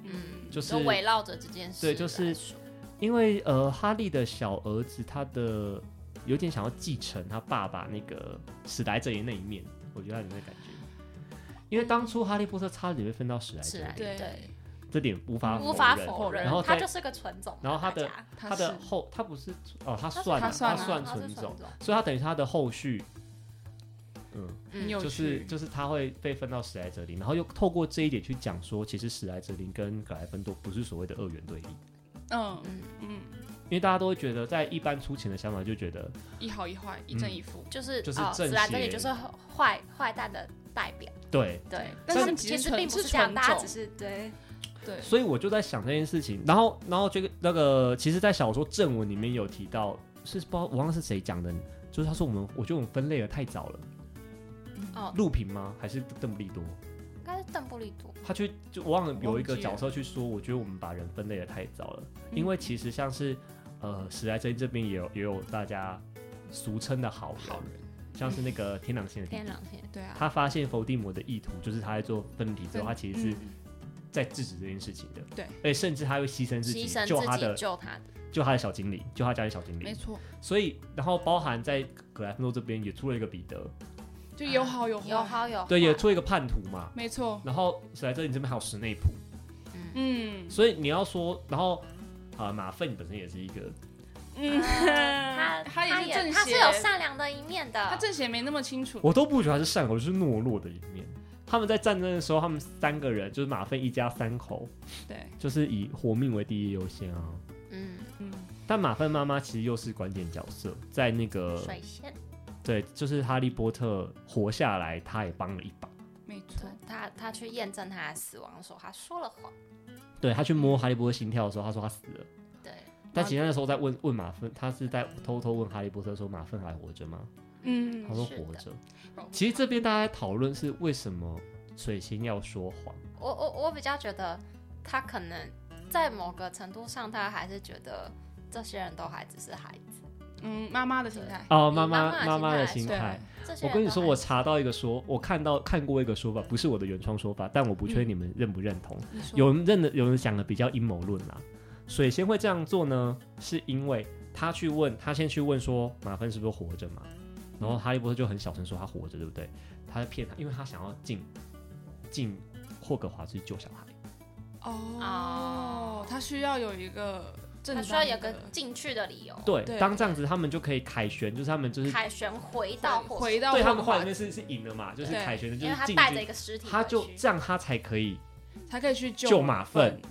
Speaker 3: 嗯，
Speaker 2: 就是
Speaker 4: 就围绕着这件事
Speaker 2: 对
Speaker 4: 来
Speaker 2: 就
Speaker 4: 说，
Speaker 2: 是因为呃，哈利的小儿子他的有点想要继承他爸爸那个史莱哲林那一面，我觉得他里面的感觉。因为当初哈利波特差点被分到史莱
Speaker 4: 是啊，
Speaker 2: 德林，
Speaker 3: 对
Speaker 4: 对，
Speaker 2: 这点无法
Speaker 4: 无法
Speaker 2: 认。
Speaker 4: 否认
Speaker 2: 然后，
Speaker 4: 他
Speaker 2: 再
Speaker 4: 就是个纯种啊，
Speaker 2: 然后他的
Speaker 4: 大家
Speaker 2: 他
Speaker 3: 是
Speaker 2: 的后他不是哦，他
Speaker 4: 他是
Speaker 2: 算了
Speaker 4: 他算
Speaker 3: 啊
Speaker 2: 算
Speaker 4: 他是
Speaker 2: 纯种，
Speaker 4: 种，
Speaker 2: 所以他等于他的后续，嗯，
Speaker 3: 很有
Speaker 2: 就
Speaker 3: 趣，
Speaker 2: 是就是他会被分到史莱哲林，然后又透过这一点去讲说，其实史莱哲林跟格莱芬多不是所谓的二元对立，
Speaker 3: 嗯
Speaker 4: 嗯，
Speaker 3: 嗯，
Speaker 2: 因为大家都会觉得在一般出钱的想法就觉得
Speaker 3: 一好一坏，一正一负，
Speaker 4: 就是
Speaker 2: 就是
Speaker 4: 哦，
Speaker 2: 正
Speaker 4: 史莱这
Speaker 2: 邪
Speaker 4: 里就是坏坏蛋的代表，
Speaker 2: 对，
Speaker 4: 对，
Speaker 3: 但
Speaker 4: 就是
Speaker 3: 其
Speaker 4: 其
Speaker 3: 实
Speaker 4: 实
Speaker 3: 纯
Speaker 4: 并不
Speaker 3: 是
Speaker 4: 是这样，
Speaker 3: 纯
Speaker 4: 大家
Speaker 3: 种
Speaker 4: 只是对，
Speaker 3: 对，
Speaker 2: 所以我就在想这件事情，然后然后这个那个，其实，在小说正文里面有提到，是不知道我忘了是谁讲的，就是他说我们我觉得我们分类的太早了，
Speaker 4: 哦，
Speaker 2: 陆平吗？还是邓布利多？
Speaker 4: 应该是邓布利多，
Speaker 2: 他去就忘了有一个
Speaker 3: 忘记了
Speaker 2: 角色去说，我觉得我们把人分类的太早了，因为其实像是呃史莱哲林这边也有也有大家俗称的好人，
Speaker 3: 好人，
Speaker 2: 像是那个天狼星的弟
Speaker 4: 天
Speaker 2: 弟，
Speaker 4: 狼星，
Speaker 3: 对啊，
Speaker 2: 他发现伏地魔的意图，就是他在做分离之后，
Speaker 3: 嗯
Speaker 2: 他其实是在制止这件事情的，
Speaker 3: 对，
Speaker 2: 而且甚至他会牺牲自己
Speaker 4: 牺牲
Speaker 2: 救他
Speaker 4: 自己
Speaker 2: 的
Speaker 4: 救他，
Speaker 2: 就他的小精灵，就他家里小精
Speaker 3: 没
Speaker 2: 灵。
Speaker 3: 错，
Speaker 2: 所以，然后包含在格莱芬多这边也出了一个彼得，
Speaker 4: 哦
Speaker 3: 就有好有
Speaker 4: 啊有
Speaker 3: 坏，
Speaker 4: 好有
Speaker 2: 对，也
Speaker 4: 坏
Speaker 2: 出了一个叛徒嘛。
Speaker 3: 没错，
Speaker 2: 然后史莱哲林这边还有史内普，
Speaker 3: 嗯
Speaker 2: 所以你要说，然后啊、马粪本身也是一个，
Speaker 3: 嗯，
Speaker 4: 啊 呃他
Speaker 3: 他也是正
Speaker 4: 他是
Speaker 3: 邪，
Speaker 4: 有善良的一面的，
Speaker 3: 他正邪没那么清楚，
Speaker 2: 我都不觉得他是善，我是懦弱的一面。他们在战争的时候，他们三个人就是马粪一家三口，
Speaker 3: 对，
Speaker 2: 就是以活命为第一优先啊。
Speaker 4: 嗯，
Speaker 3: 嗯，
Speaker 2: 但马粪妈妈其实又是关键角色，在那个
Speaker 4: 水仙，
Speaker 2: 对，就是哈利波特活下来，他也帮了一把。
Speaker 3: 没
Speaker 4: 对，
Speaker 3: 错
Speaker 4: 他他去验证他的死亡的时候，他说了谎，
Speaker 2: 对他去摸哈利波特心跳的时候，他说他死了。
Speaker 4: 对，
Speaker 2: 但其实那时候在问问马粪，他是在偷偷问哈利波特说马粪还活着吗？
Speaker 3: 嗯
Speaker 2: 他，说
Speaker 4: 是的
Speaker 2: 活着。
Speaker 3: 好
Speaker 2: 其实这边大家在讨论是为什么水星要说谎，
Speaker 4: 我我我比较觉得他可能在某个程度上，他还是觉得这些人都还只是孩子，
Speaker 3: 嗯，妈妈的心态，啊
Speaker 2: 哦，
Speaker 4: 以
Speaker 2: 妈妈
Speaker 4: 妈妈的
Speaker 2: 妈妈的
Speaker 4: 心
Speaker 2: 心
Speaker 3: 态
Speaker 2: 态。
Speaker 4: 这些
Speaker 2: 我
Speaker 4: 人
Speaker 2: 跟你
Speaker 4: 都
Speaker 2: 说，
Speaker 4: 还
Speaker 2: 我
Speaker 4: 是
Speaker 2: 查到一个说，我看到看过一个说法，不是我的原创说法，但我不确定你们认不认同。
Speaker 3: 你说
Speaker 2: 有人认的，有人讲的比较阴谋论啦。水仙会这样做呢，是因为他去问，他先去问说马粪是不是活着嘛，然后哈利波特就很小声说他活着，对不对？他在骗他，因为他想要进进霍格华兹去救小孩。
Speaker 3: 哦，他需要有一个正
Speaker 4: 他
Speaker 3: 当
Speaker 4: 需要有个
Speaker 3: 的
Speaker 4: 进去的理由，
Speaker 2: 对，
Speaker 3: 对
Speaker 2: 当这样子他们就可以凯旋，就是他们就是
Speaker 4: 凯旋回到火
Speaker 3: 回到
Speaker 2: 对他
Speaker 3: 霍
Speaker 2: 们
Speaker 3: 格
Speaker 2: 话
Speaker 3: 华
Speaker 2: 里面
Speaker 3: 兹
Speaker 2: 是是赢了嘛，就是
Speaker 3: 对
Speaker 2: 凯旋的，就
Speaker 4: 因为
Speaker 2: 是
Speaker 4: 他
Speaker 2: 进
Speaker 4: 带着一
Speaker 2: 去，
Speaker 4: 个尸体回去，
Speaker 2: 他就这样他才可以
Speaker 3: 才可以去
Speaker 2: 救马粪
Speaker 3: 粪。。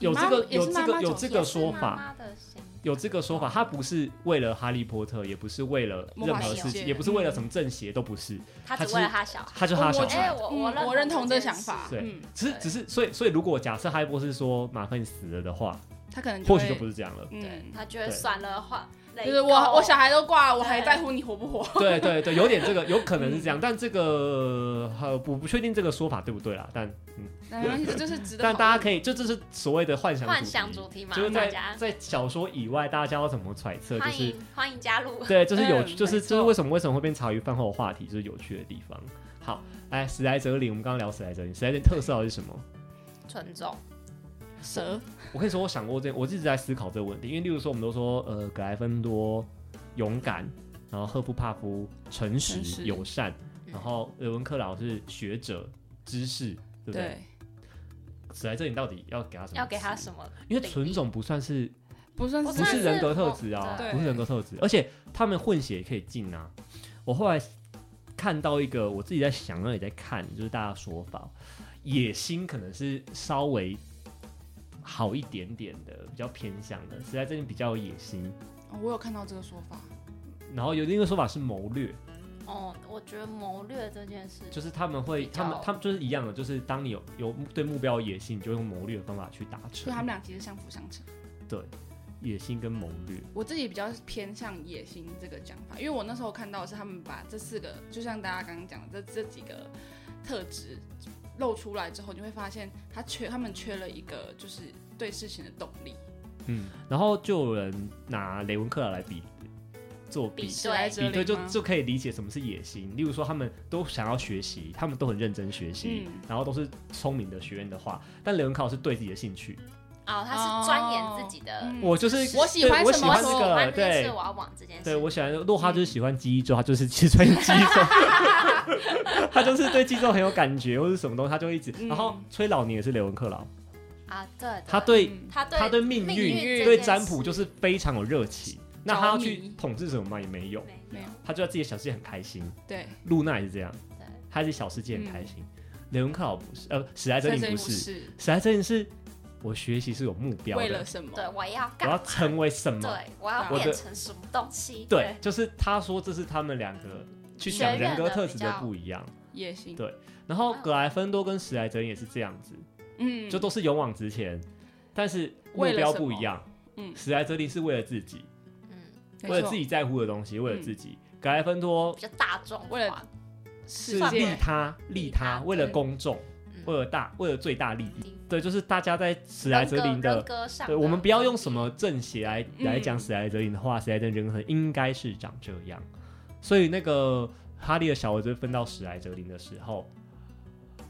Speaker 2: 有这
Speaker 3: 妈
Speaker 2: 个
Speaker 3: 妈也
Speaker 2: 有
Speaker 3: 是
Speaker 2: 这
Speaker 3: 妈
Speaker 2: 个
Speaker 3: 妈
Speaker 2: 有
Speaker 3: 角
Speaker 2: 这
Speaker 3: 色
Speaker 2: 个
Speaker 4: 也是
Speaker 2: 说
Speaker 4: 妈
Speaker 2: 法，
Speaker 4: 妈的心
Speaker 2: 有这个说法，他不是为了哈利波特，也不是为了
Speaker 3: 魔
Speaker 2: 任
Speaker 3: 法
Speaker 2: 何
Speaker 4: 世
Speaker 2: 事
Speaker 3: 界
Speaker 2: 情，也不是为了什么正邪，都不是，
Speaker 4: 他
Speaker 2: 他
Speaker 4: 只
Speaker 2: 是
Speaker 4: 为了他小孩。
Speaker 2: 他就他的小
Speaker 3: 我觉
Speaker 4: 哎，
Speaker 2: 孩。
Speaker 4: 我
Speaker 3: 嗯
Speaker 4: 我认
Speaker 3: 我认同这
Speaker 4: 这件
Speaker 3: 个想
Speaker 4: 事
Speaker 3: 法，
Speaker 2: 对
Speaker 3: 嗯，
Speaker 2: 只是只是，所以所以，如果假设哈利波特说马粪死了的话，
Speaker 3: 他可能
Speaker 2: 或许就
Speaker 3: 会
Speaker 2: 不是这样 了。
Speaker 4: 对
Speaker 3: 嗯，
Speaker 4: 他觉得
Speaker 2: 对
Speaker 4: 算了，换
Speaker 3: 就是我我小
Speaker 4: 想
Speaker 3: 孩都挂了，我
Speaker 4: 对
Speaker 3: 还在乎你活不 活？
Speaker 2: 对对对，有点这个，有可能是
Speaker 4: 嗯
Speaker 2: 这样，但这个呃，我不确定这个说法对不对啦。但
Speaker 3: 没关系，这就是值得讨
Speaker 2: 但
Speaker 3: 论。
Speaker 2: 大家可以，这这是所谓的幻想
Speaker 4: 幻
Speaker 2: 题
Speaker 4: 想主题嘛，
Speaker 2: 就是
Speaker 4: 大
Speaker 2: 在
Speaker 4: 家
Speaker 2: 在小说以外，大家要怎么揣测？就
Speaker 4: 欢
Speaker 2: 是
Speaker 4: 迎欢迎加入。
Speaker 2: 对，就是有，
Speaker 3: 嗯
Speaker 2: 就是
Speaker 3: 没
Speaker 2: 就
Speaker 3: 错
Speaker 2: 是为什么为什么会变茶余饭后的话题，就是有趣的地方。好，
Speaker 4: 嗯
Speaker 2: 来史莱哲林，我们刚刚聊史莱哲林，史莱哲林特色到底是什么？
Speaker 4: 纯种，
Speaker 3: 蛇
Speaker 2: 我跟你说，我想过这，我一直在思考这个问题，因为例如说，我们都说呃，格莱芬多勇敢，然后赫夫帕夫诚实
Speaker 3: 诚实
Speaker 2: 友善，
Speaker 4: 嗯
Speaker 2: 然后雷文克劳是学者知识，对不对？
Speaker 3: 对，
Speaker 2: 史莱哲林到底要给他什么？
Speaker 4: 要给他什？么？
Speaker 2: 因为纯种不算是
Speaker 3: 不算
Speaker 4: 不
Speaker 2: 不
Speaker 4: 算
Speaker 2: 是
Speaker 4: 是
Speaker 2: 人格特质啊，
Speaker 3: 对
Speaker 2: 不是人格特质，而且他们混血也可以进啊。我后来看到一个，我自己在想，然后也在看，就是大家说法，野心可能是稍微好一点点的，比较偏向的，实在这里比较有野心。
Speaker 3: 哦我有看到这个说法，
Speaker 2: 然后有另一个说法是谋略，
Speaker 4: 哦，我觉得谋略这件事，
Speaker 2: 就是他们会，
Speaker 4: 比较
Speaker 2: 他们他们就是一样的，就是当你有有对目标有野心，你就用谋略的方法去达
Speaker 3: 所以他
Speaker 2: 成。
Speaker 3: 们俩其实相辅相成。
Speaker 2: 对，野心跟谋略，
Speaker 3: 我自己比较偏向野心这个讲法，因为我那时候看到的是他们把这四个，就像大家刚刚讲的这这几个特质露出来之后，你会发现他缺他们缺了一个就是对事情的动力。
Speaker 2: 嗯，然后就有人拿雷文克劳来比做比
Speaker 4: 比
Speaker 3: 史莱哲
Speaker 2: 比对
Speaker 3: 林
Speaker 2: 就
Speaker 3: 吗
Speaker 2: 就可以理解什么是野心。例如说，他们都想要学习，他们都很认真学习，
Speaker 3: 嗯
Speaker 2: 然后都是聪明的学员的话，但雷文考是对自己的兴趣，
Speaker 4: 哦，他是钻研自己的。
Speaker 3: 嗯
Speaker 2: 我就是
Speaker 3: 我喜欢
Speaker 2: 对我
Speaker 3: 什
Speaker 2: 喜
Speaker 3: 么
Speaker 2: 欢
Speaker 3: 什
Speaker 2: 这
Speaker 3: 么
Speaker 4: 我
Speaker 2: 个，
Speaker 4: 这件事，
Speaker 2: 对
Speaker 4: 我要往这件事。
Speaker 2: 对，我喜欢洛
Speaker 3: 嗯
Speaker 2: 哈就是喜欢记忆咒，他就是去穿记忆 咒，他就是对记忆咒很有感觉，或是什么东西，他就一直。
Speaker 3: 嗯
Speaker 2: 然后崔老你也是雷文克劳，
Speaker 4: 啊，对，
Speaker 2: 他对
Speaker 3: 嗯
Speaker 4: 他对
Speaker 2: 他对命
Speaker 4: 命
Speaker 2: 运
Speaker 4: 运这
Speaker 2: 对
Speaker 4: 件
Speaker 2: 占
Speaker 4: 事
Speaker 2: 卜就是非常有热情。那他要去
Speaker 3: 着迷
Speaker 2: 统治什么嘛也没有，
Speaker 4: 没
Speaker 3: 没
Speaker 4: 有
Speaker 3: 有
Speaker 2: 他就在自己的小世界很开心。
Speaker 3: 对，
Speaker 2: 露娜也是这样，
Speaker 4: 对
Speaker 2: 他自己小世界很开心。雷文克劳不是，呃，史莱哲林
Speaker 3: 这
Speaker 2: 不
Speaker 3: 不
Speaker 2: 是，史
Speaker 3: 是
Speaker 2: 莱哲林是我学习是有目标
Speaker 3: 为
Speaker 2: 的
Speaker 3: 了，什么？
Speaker 4: 对，我要
Speaker 2: 我
Speaker 4: 干
Speaker 2: 要
Speaker 4: 嘛？
Speaker 2: 成为什么？
Speaker 4: 对，我要
Speaker 3: 我
Speaker 4: 变
Speaker 2: 的
Speaker 4: 成什么东西？
Speaker 2: 对，，就是他说这是他们两个去想
Speaker 4: 学
Speaker 2: 人
Speaker 4: 院
Speaker 2: 格
Speaker 4: 的
Speaker 2: 特
Speaker 4: 比
Speaker 2: 质的
Speaker 4: 较
Speaker 2: 不一样。
Speaker 3: 野心，
Speaker 2: 对然后格莱芬多跟史莱哲林也是这样子，
Speaker 3: 嗯，
Speaker 2: 就都是勇往直前，但是目
Speaker 3: 为了
Speaker 2: 标
Speaker 3: 什
Speaker 2: 不
Speaker 3: 么
Speaker 2: 一样。
Speaker 3: 嗯
Speaker 2: 史莱哲林是为了自己，
Speaker 4: 嗯，
Speaker 3: 没
Speaker 2: 为了
Speaker 3: 错
Speaker 2: 自己在乎的东西，为了自己。格莱芬多
Speaker 4: 比较大众
Speaker 3: 为
Speaker 4: 化
Speaker 3: 了世
Speaker 2: 是利
Speaker 3: 界，
Speaker 2: 他，利
Speaker 4: 利
Speaker 2: 他，
Speaker 4: 他
Speaker 2: 为了
Speaker 3: 对
Speaker 2: 公众，
Speaker 4: 嗯
Speaker 2: 为了大，为了最大利益
Speaker 4: 利益。
Speaker 2: 对，就是大家在史莱哲林
Speaker 4: 人
Speaker 2: 的，
Speaker 4: 格上
Speaker 2: 对
Speaker 4: 的
Speaker 2: 我们不要用什么正邪来来讲
Speaker 3: 嗯
Speaker 2: 史莱哲林的话，史莱哲林人格应该是长这样。所以那个哈利的小儿子分到史莱哲林的时候，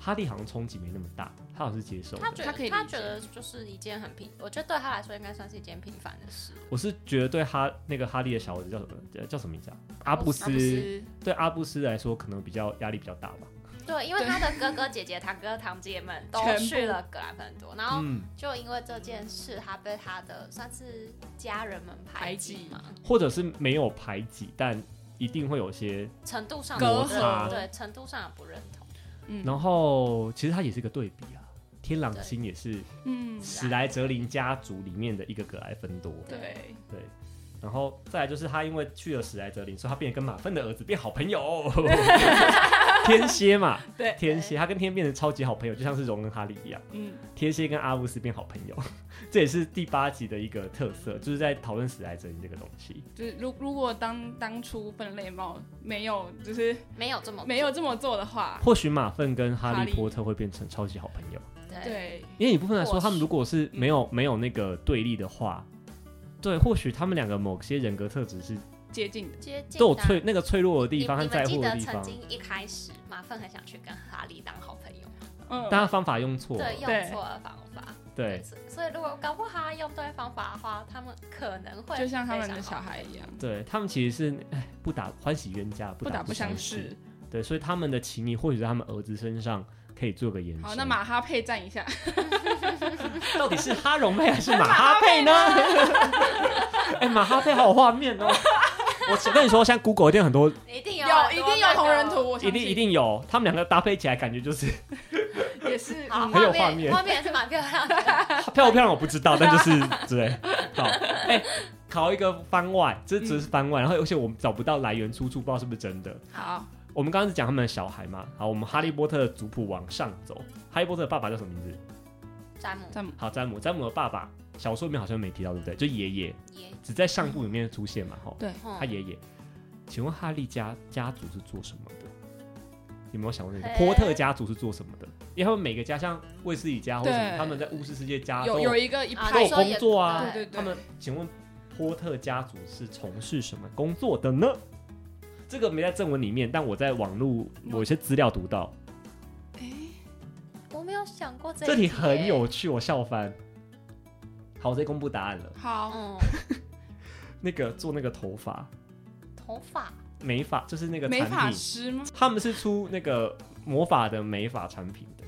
Speaker 2: 哈利好像冲击没那么大，他好像是接受的。
Speaker 4: 他觉
Speaker 3: 他可
Speaker 4: 得
Speaker 3: 以
Speaker 4: 他
Speaker 3: 理
Speaker 4: 觉
Speaker 3: 解
Speaker 4: 得就是一件很平，我觉得对他来说应该算是一件平凡的事。
Speaker 2: 我是觉得对哈那个哈利的小儿子叫什么呃叫什么名字啊？阿布斯
Speaker 3: 阿布斯
Speaker 2: 对阿布斯来说可能比较压力比较大吧。
Speaker 4: 对，因为
Speaker 3: 对
Speaker 4: 他的哥哥、姐姐、堂哥、堂姐们都
Speaker 3: 全部
Speaker 4: 去了格兰芬多，然后
Speaker 2: 嗯，
Speaker 4: 就因为这件事，他被他的算是家人们排挤嘛，
Speaker 2: 或者是没有排挤，但一定会有些。
Speaker 4: 程度上
Speaker 3: 隔
Speaker 4: 的不认
Speaker 2: 阂
Speaker 4: 对程度上的不认同。
Speaker 3: 嗯
Speaker 2: 然后其实他也是个对比啊，天狼
Speaker 4: 对
Speaker 2: 星也是
Speaker 3: 嗯，
Speaker 2: 史莱哲林家族里面的一个格莱芬多。
Speaker 3: 对，
Speaker 2: 对，然后再来就是他因为去了史莱哲林，所以他变得跟马粪的儿子变好朋友，天蝎嘛，
Speaker 3: 对
Speaker 2: 天蝎，他跟天变成超级好朋友，就像是荣跟哈利一样，
Speaker 3: 嗯，
Speaker 2: 天蝎跟阿布斯变好朋友，这也是第八集的一个特色，就是在讨论史莱哲林这个东西。
Speaker 3: 就是如如果当当初分类帽没有，就是
Speaker 4: 没有这么
Speaker 3: 没有这么做的话，
Speaker 2: 或许马粪跟哈
Speaker 3: 哈
Speaker 2: 利
Speaker 3: 利
Speaker 2: 波特会变成超级好朋友，
Speaker 4: 对，
Speaker 3: 对，
Speaker 2: 因为一部分来说，
Speaker 4: 或许
Speaker 2: 他们如果是没有没有那个对立的话，对，或许他们两个某些人格特质是
Speaker 3: 接近的，
Speaker 4: 接近
Speaker 2: 都有
Speaker 4: 的
Speaker 2: 脆那个脆弱的地方
Speaker 4: 你
Speaker 2: 和
Speaker 4: 你
Speaker 2: 在
Speaker 4: 们记
Speaker 2: 乎的
Speaker 4: 得
Speaker 2: 地
Speaker 4: 曾
Speaker 2: 方，
Speaker 4: 经一开始马粪很想去跟哈利当好朋友吗，
Speaker 3: 嗯，
Speaker 2: 但他方法用错了，
Speaker 4: 对，用
Speaker 3: 对
Speaker 4: 错了方法。
Speaker 2: 对，
Speaker 4: 所以所以如果搞不好他用对方法的话，他们可能会
Speaker 3: 就像他们
Speaker 4: 非
Speaker 3: 的
Speaker 4: 常好
Speaker 3: 小孩一样，
Speaker 2: 对他们其实是哎不打欢喜冤家，不
Speaker 3: 不打
Speaker 2: 不
Speaker 3: 不
Speaker 2: 相
Speaker 3: 相识。。
Speaker 2: 对，所以他们的情谊或许在他们儿子身上可以做个延伸。
Speaker 3: 好，那马哈配站一下，
Speaker 2: 到底是哈容配还 是马哈配呢？ 哎，马哈配好有画面哦！我跟你说，现在 Google 一定有很多，
Speaker 4: 一定有
Speaker 3: 有
Speaker 4: 很
Speaker 3: 一
Speaker 4: 多
Speaker 3: 定有
Speaker 4: 那个
Speaker 3: 同人图，我
Speaker 2: 一
Speaker 3: 相
Speaker 2: 定
Speaker 3: 信
Speaker 2: 一定有，他们两个搭配起来感觉就是
Speaker 3: 也是
Speaker 4: 好，
Speaker 2: 嗯很有
Speaker 4: 画
Speaker 2: 画面
Speaker 4: 画面也是蛮漂亮 的。
Speaker 2: 漂不漂亮我不知道，但就是对。好，哎、考一个番外，这只是番外，然后而且我们找不到来源出处，不知道是不是真的。
Speaker 3: 好，
Speaker 2: 我们刚刚是讲他们的小孩嘛，好，我们哈利波特的族谱往上走，哈利波特的爸爸叫什么名字？
Speaker 4: 詹姆
Speaker 3: 詹姆
Speaker 2: 好，詹姆，詹姆的爸爸小说里面好像没提到，对不对？就爷爷，
Speaker 4: 耶，
Speaker 2: 只在上部里面出现嘛，吼，
Speaker 3: 对
Speaker 4: 嗯
Speaker 2: 他爷爷。请问哈利家家族是做什么的？有没有想过那个
Speaker 4: 嘿
Speaker 2: 波特家族是做什么的？因为他们每个家，像卫斯理家或者什么，
Speaker 3: 对
Speaker 2: 他们在巫师世界家
Speaker 3: 有
Speaker 2: 都
Speaker 3: 有一个一
Speaker 4: 啊
Speaker 2: 都
Speaker 3: 派
Speaker 2: 有
Speaker 4: 你说
Speaker 2: 工
Speaker 4: 也
Speaker 2: 作啊
Speaker 3: 对对对
Speaker 2: 他们请问波特家族是从事什么工作的呢？这个没在正文里面，但我在网络我有些资料读到，
Speaker 4: 我没有想过这
Speaker 2: 这
Speaker 4: 里
Speaker 2: 题很有趣，我笑翻。好，我直接公布答案了。
Speaker 3: 好，
Speaker 4: 嗯
Speaker 2: 那个做那个头发、
Speaker 4: 头发
Speaker 2: 美发，就是那个
Speaker 3: 美
Speaker 2: 产
Speaker 3: 发
Speaker 2: 品，
Speaker 3: 师吗？
Speaker 2: 他们是出那个魔法的美发产品的。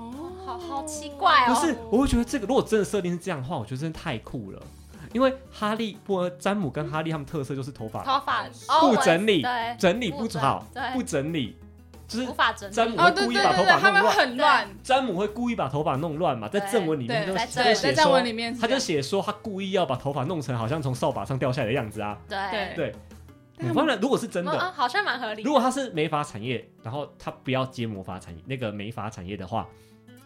Speaker 3: 哦，
Speaker 4: 好好奇怪
Speaker 2: 不
Speaker 4: 哦
Speaker 2: 是，我会觉得这个如果真的设定是这样的话，我觉得真的太酷了。因为哈利波詹姆跟哈利他们特色就是头发
Speaker 4: 头发
Speaker 2: 不
Speaker 4: 哦
Speaker 2: 整理
Speaker 4: 我对，
Speaker 2: 整理不
Speaker 4: 不整
Speaker 2: 好，
Speaker 4: 对
Speaker 2: 不整理，就是
Speaker 4: 无法整理，
Speaker 2: 詹姆
Speaker 3: 哦，
Speaker 2: 会
Speaker 3: 对
Speaker 2: 故意
Speaker 3: 对
Speaker 2: 把头
Speaker 3: 对
Speaker 2: 发
Speaker 3: 对，他
Speaker 2: 弄
Speaker 3: 们
Speaker 2: 乱。
Speaker 3: 很乱，
Speaker 2: 詹姆会故意把头发弄乱嘛，在
Speaker 4: 对
Speaker 2: 正文里面
Speaker 3: 对
Speaker 2: 就
Speaker 4: 在
Speaker 2: 就会
Speaker 4: 正
Speaker 3: 对，
Speaker 4: 文
Speaker 2: 写
Speaker 3: 在站文里
Speaker 2: 说，
Speaker 3: 面是
Speaker 2: 他
Speaker 3: 这
Speaker 2: 就
Speaker 3: 样，
Speaker 2: 写说他故意要把头发弄成好像从扫把上掉下来的样子啊。
Speaker 4: 对
Speaker 3: 对
Speaker 2: 对，
Speaker 3: 但
Speaker 2: 我当然如果是真
Speaker 4: 嗯
Speaker 2: 的，
Speaker 4: 嗯好像蛮合理的。
Speaker 2: 如果他是美发产业，然后他不要接魔法产业那个美发产业的话，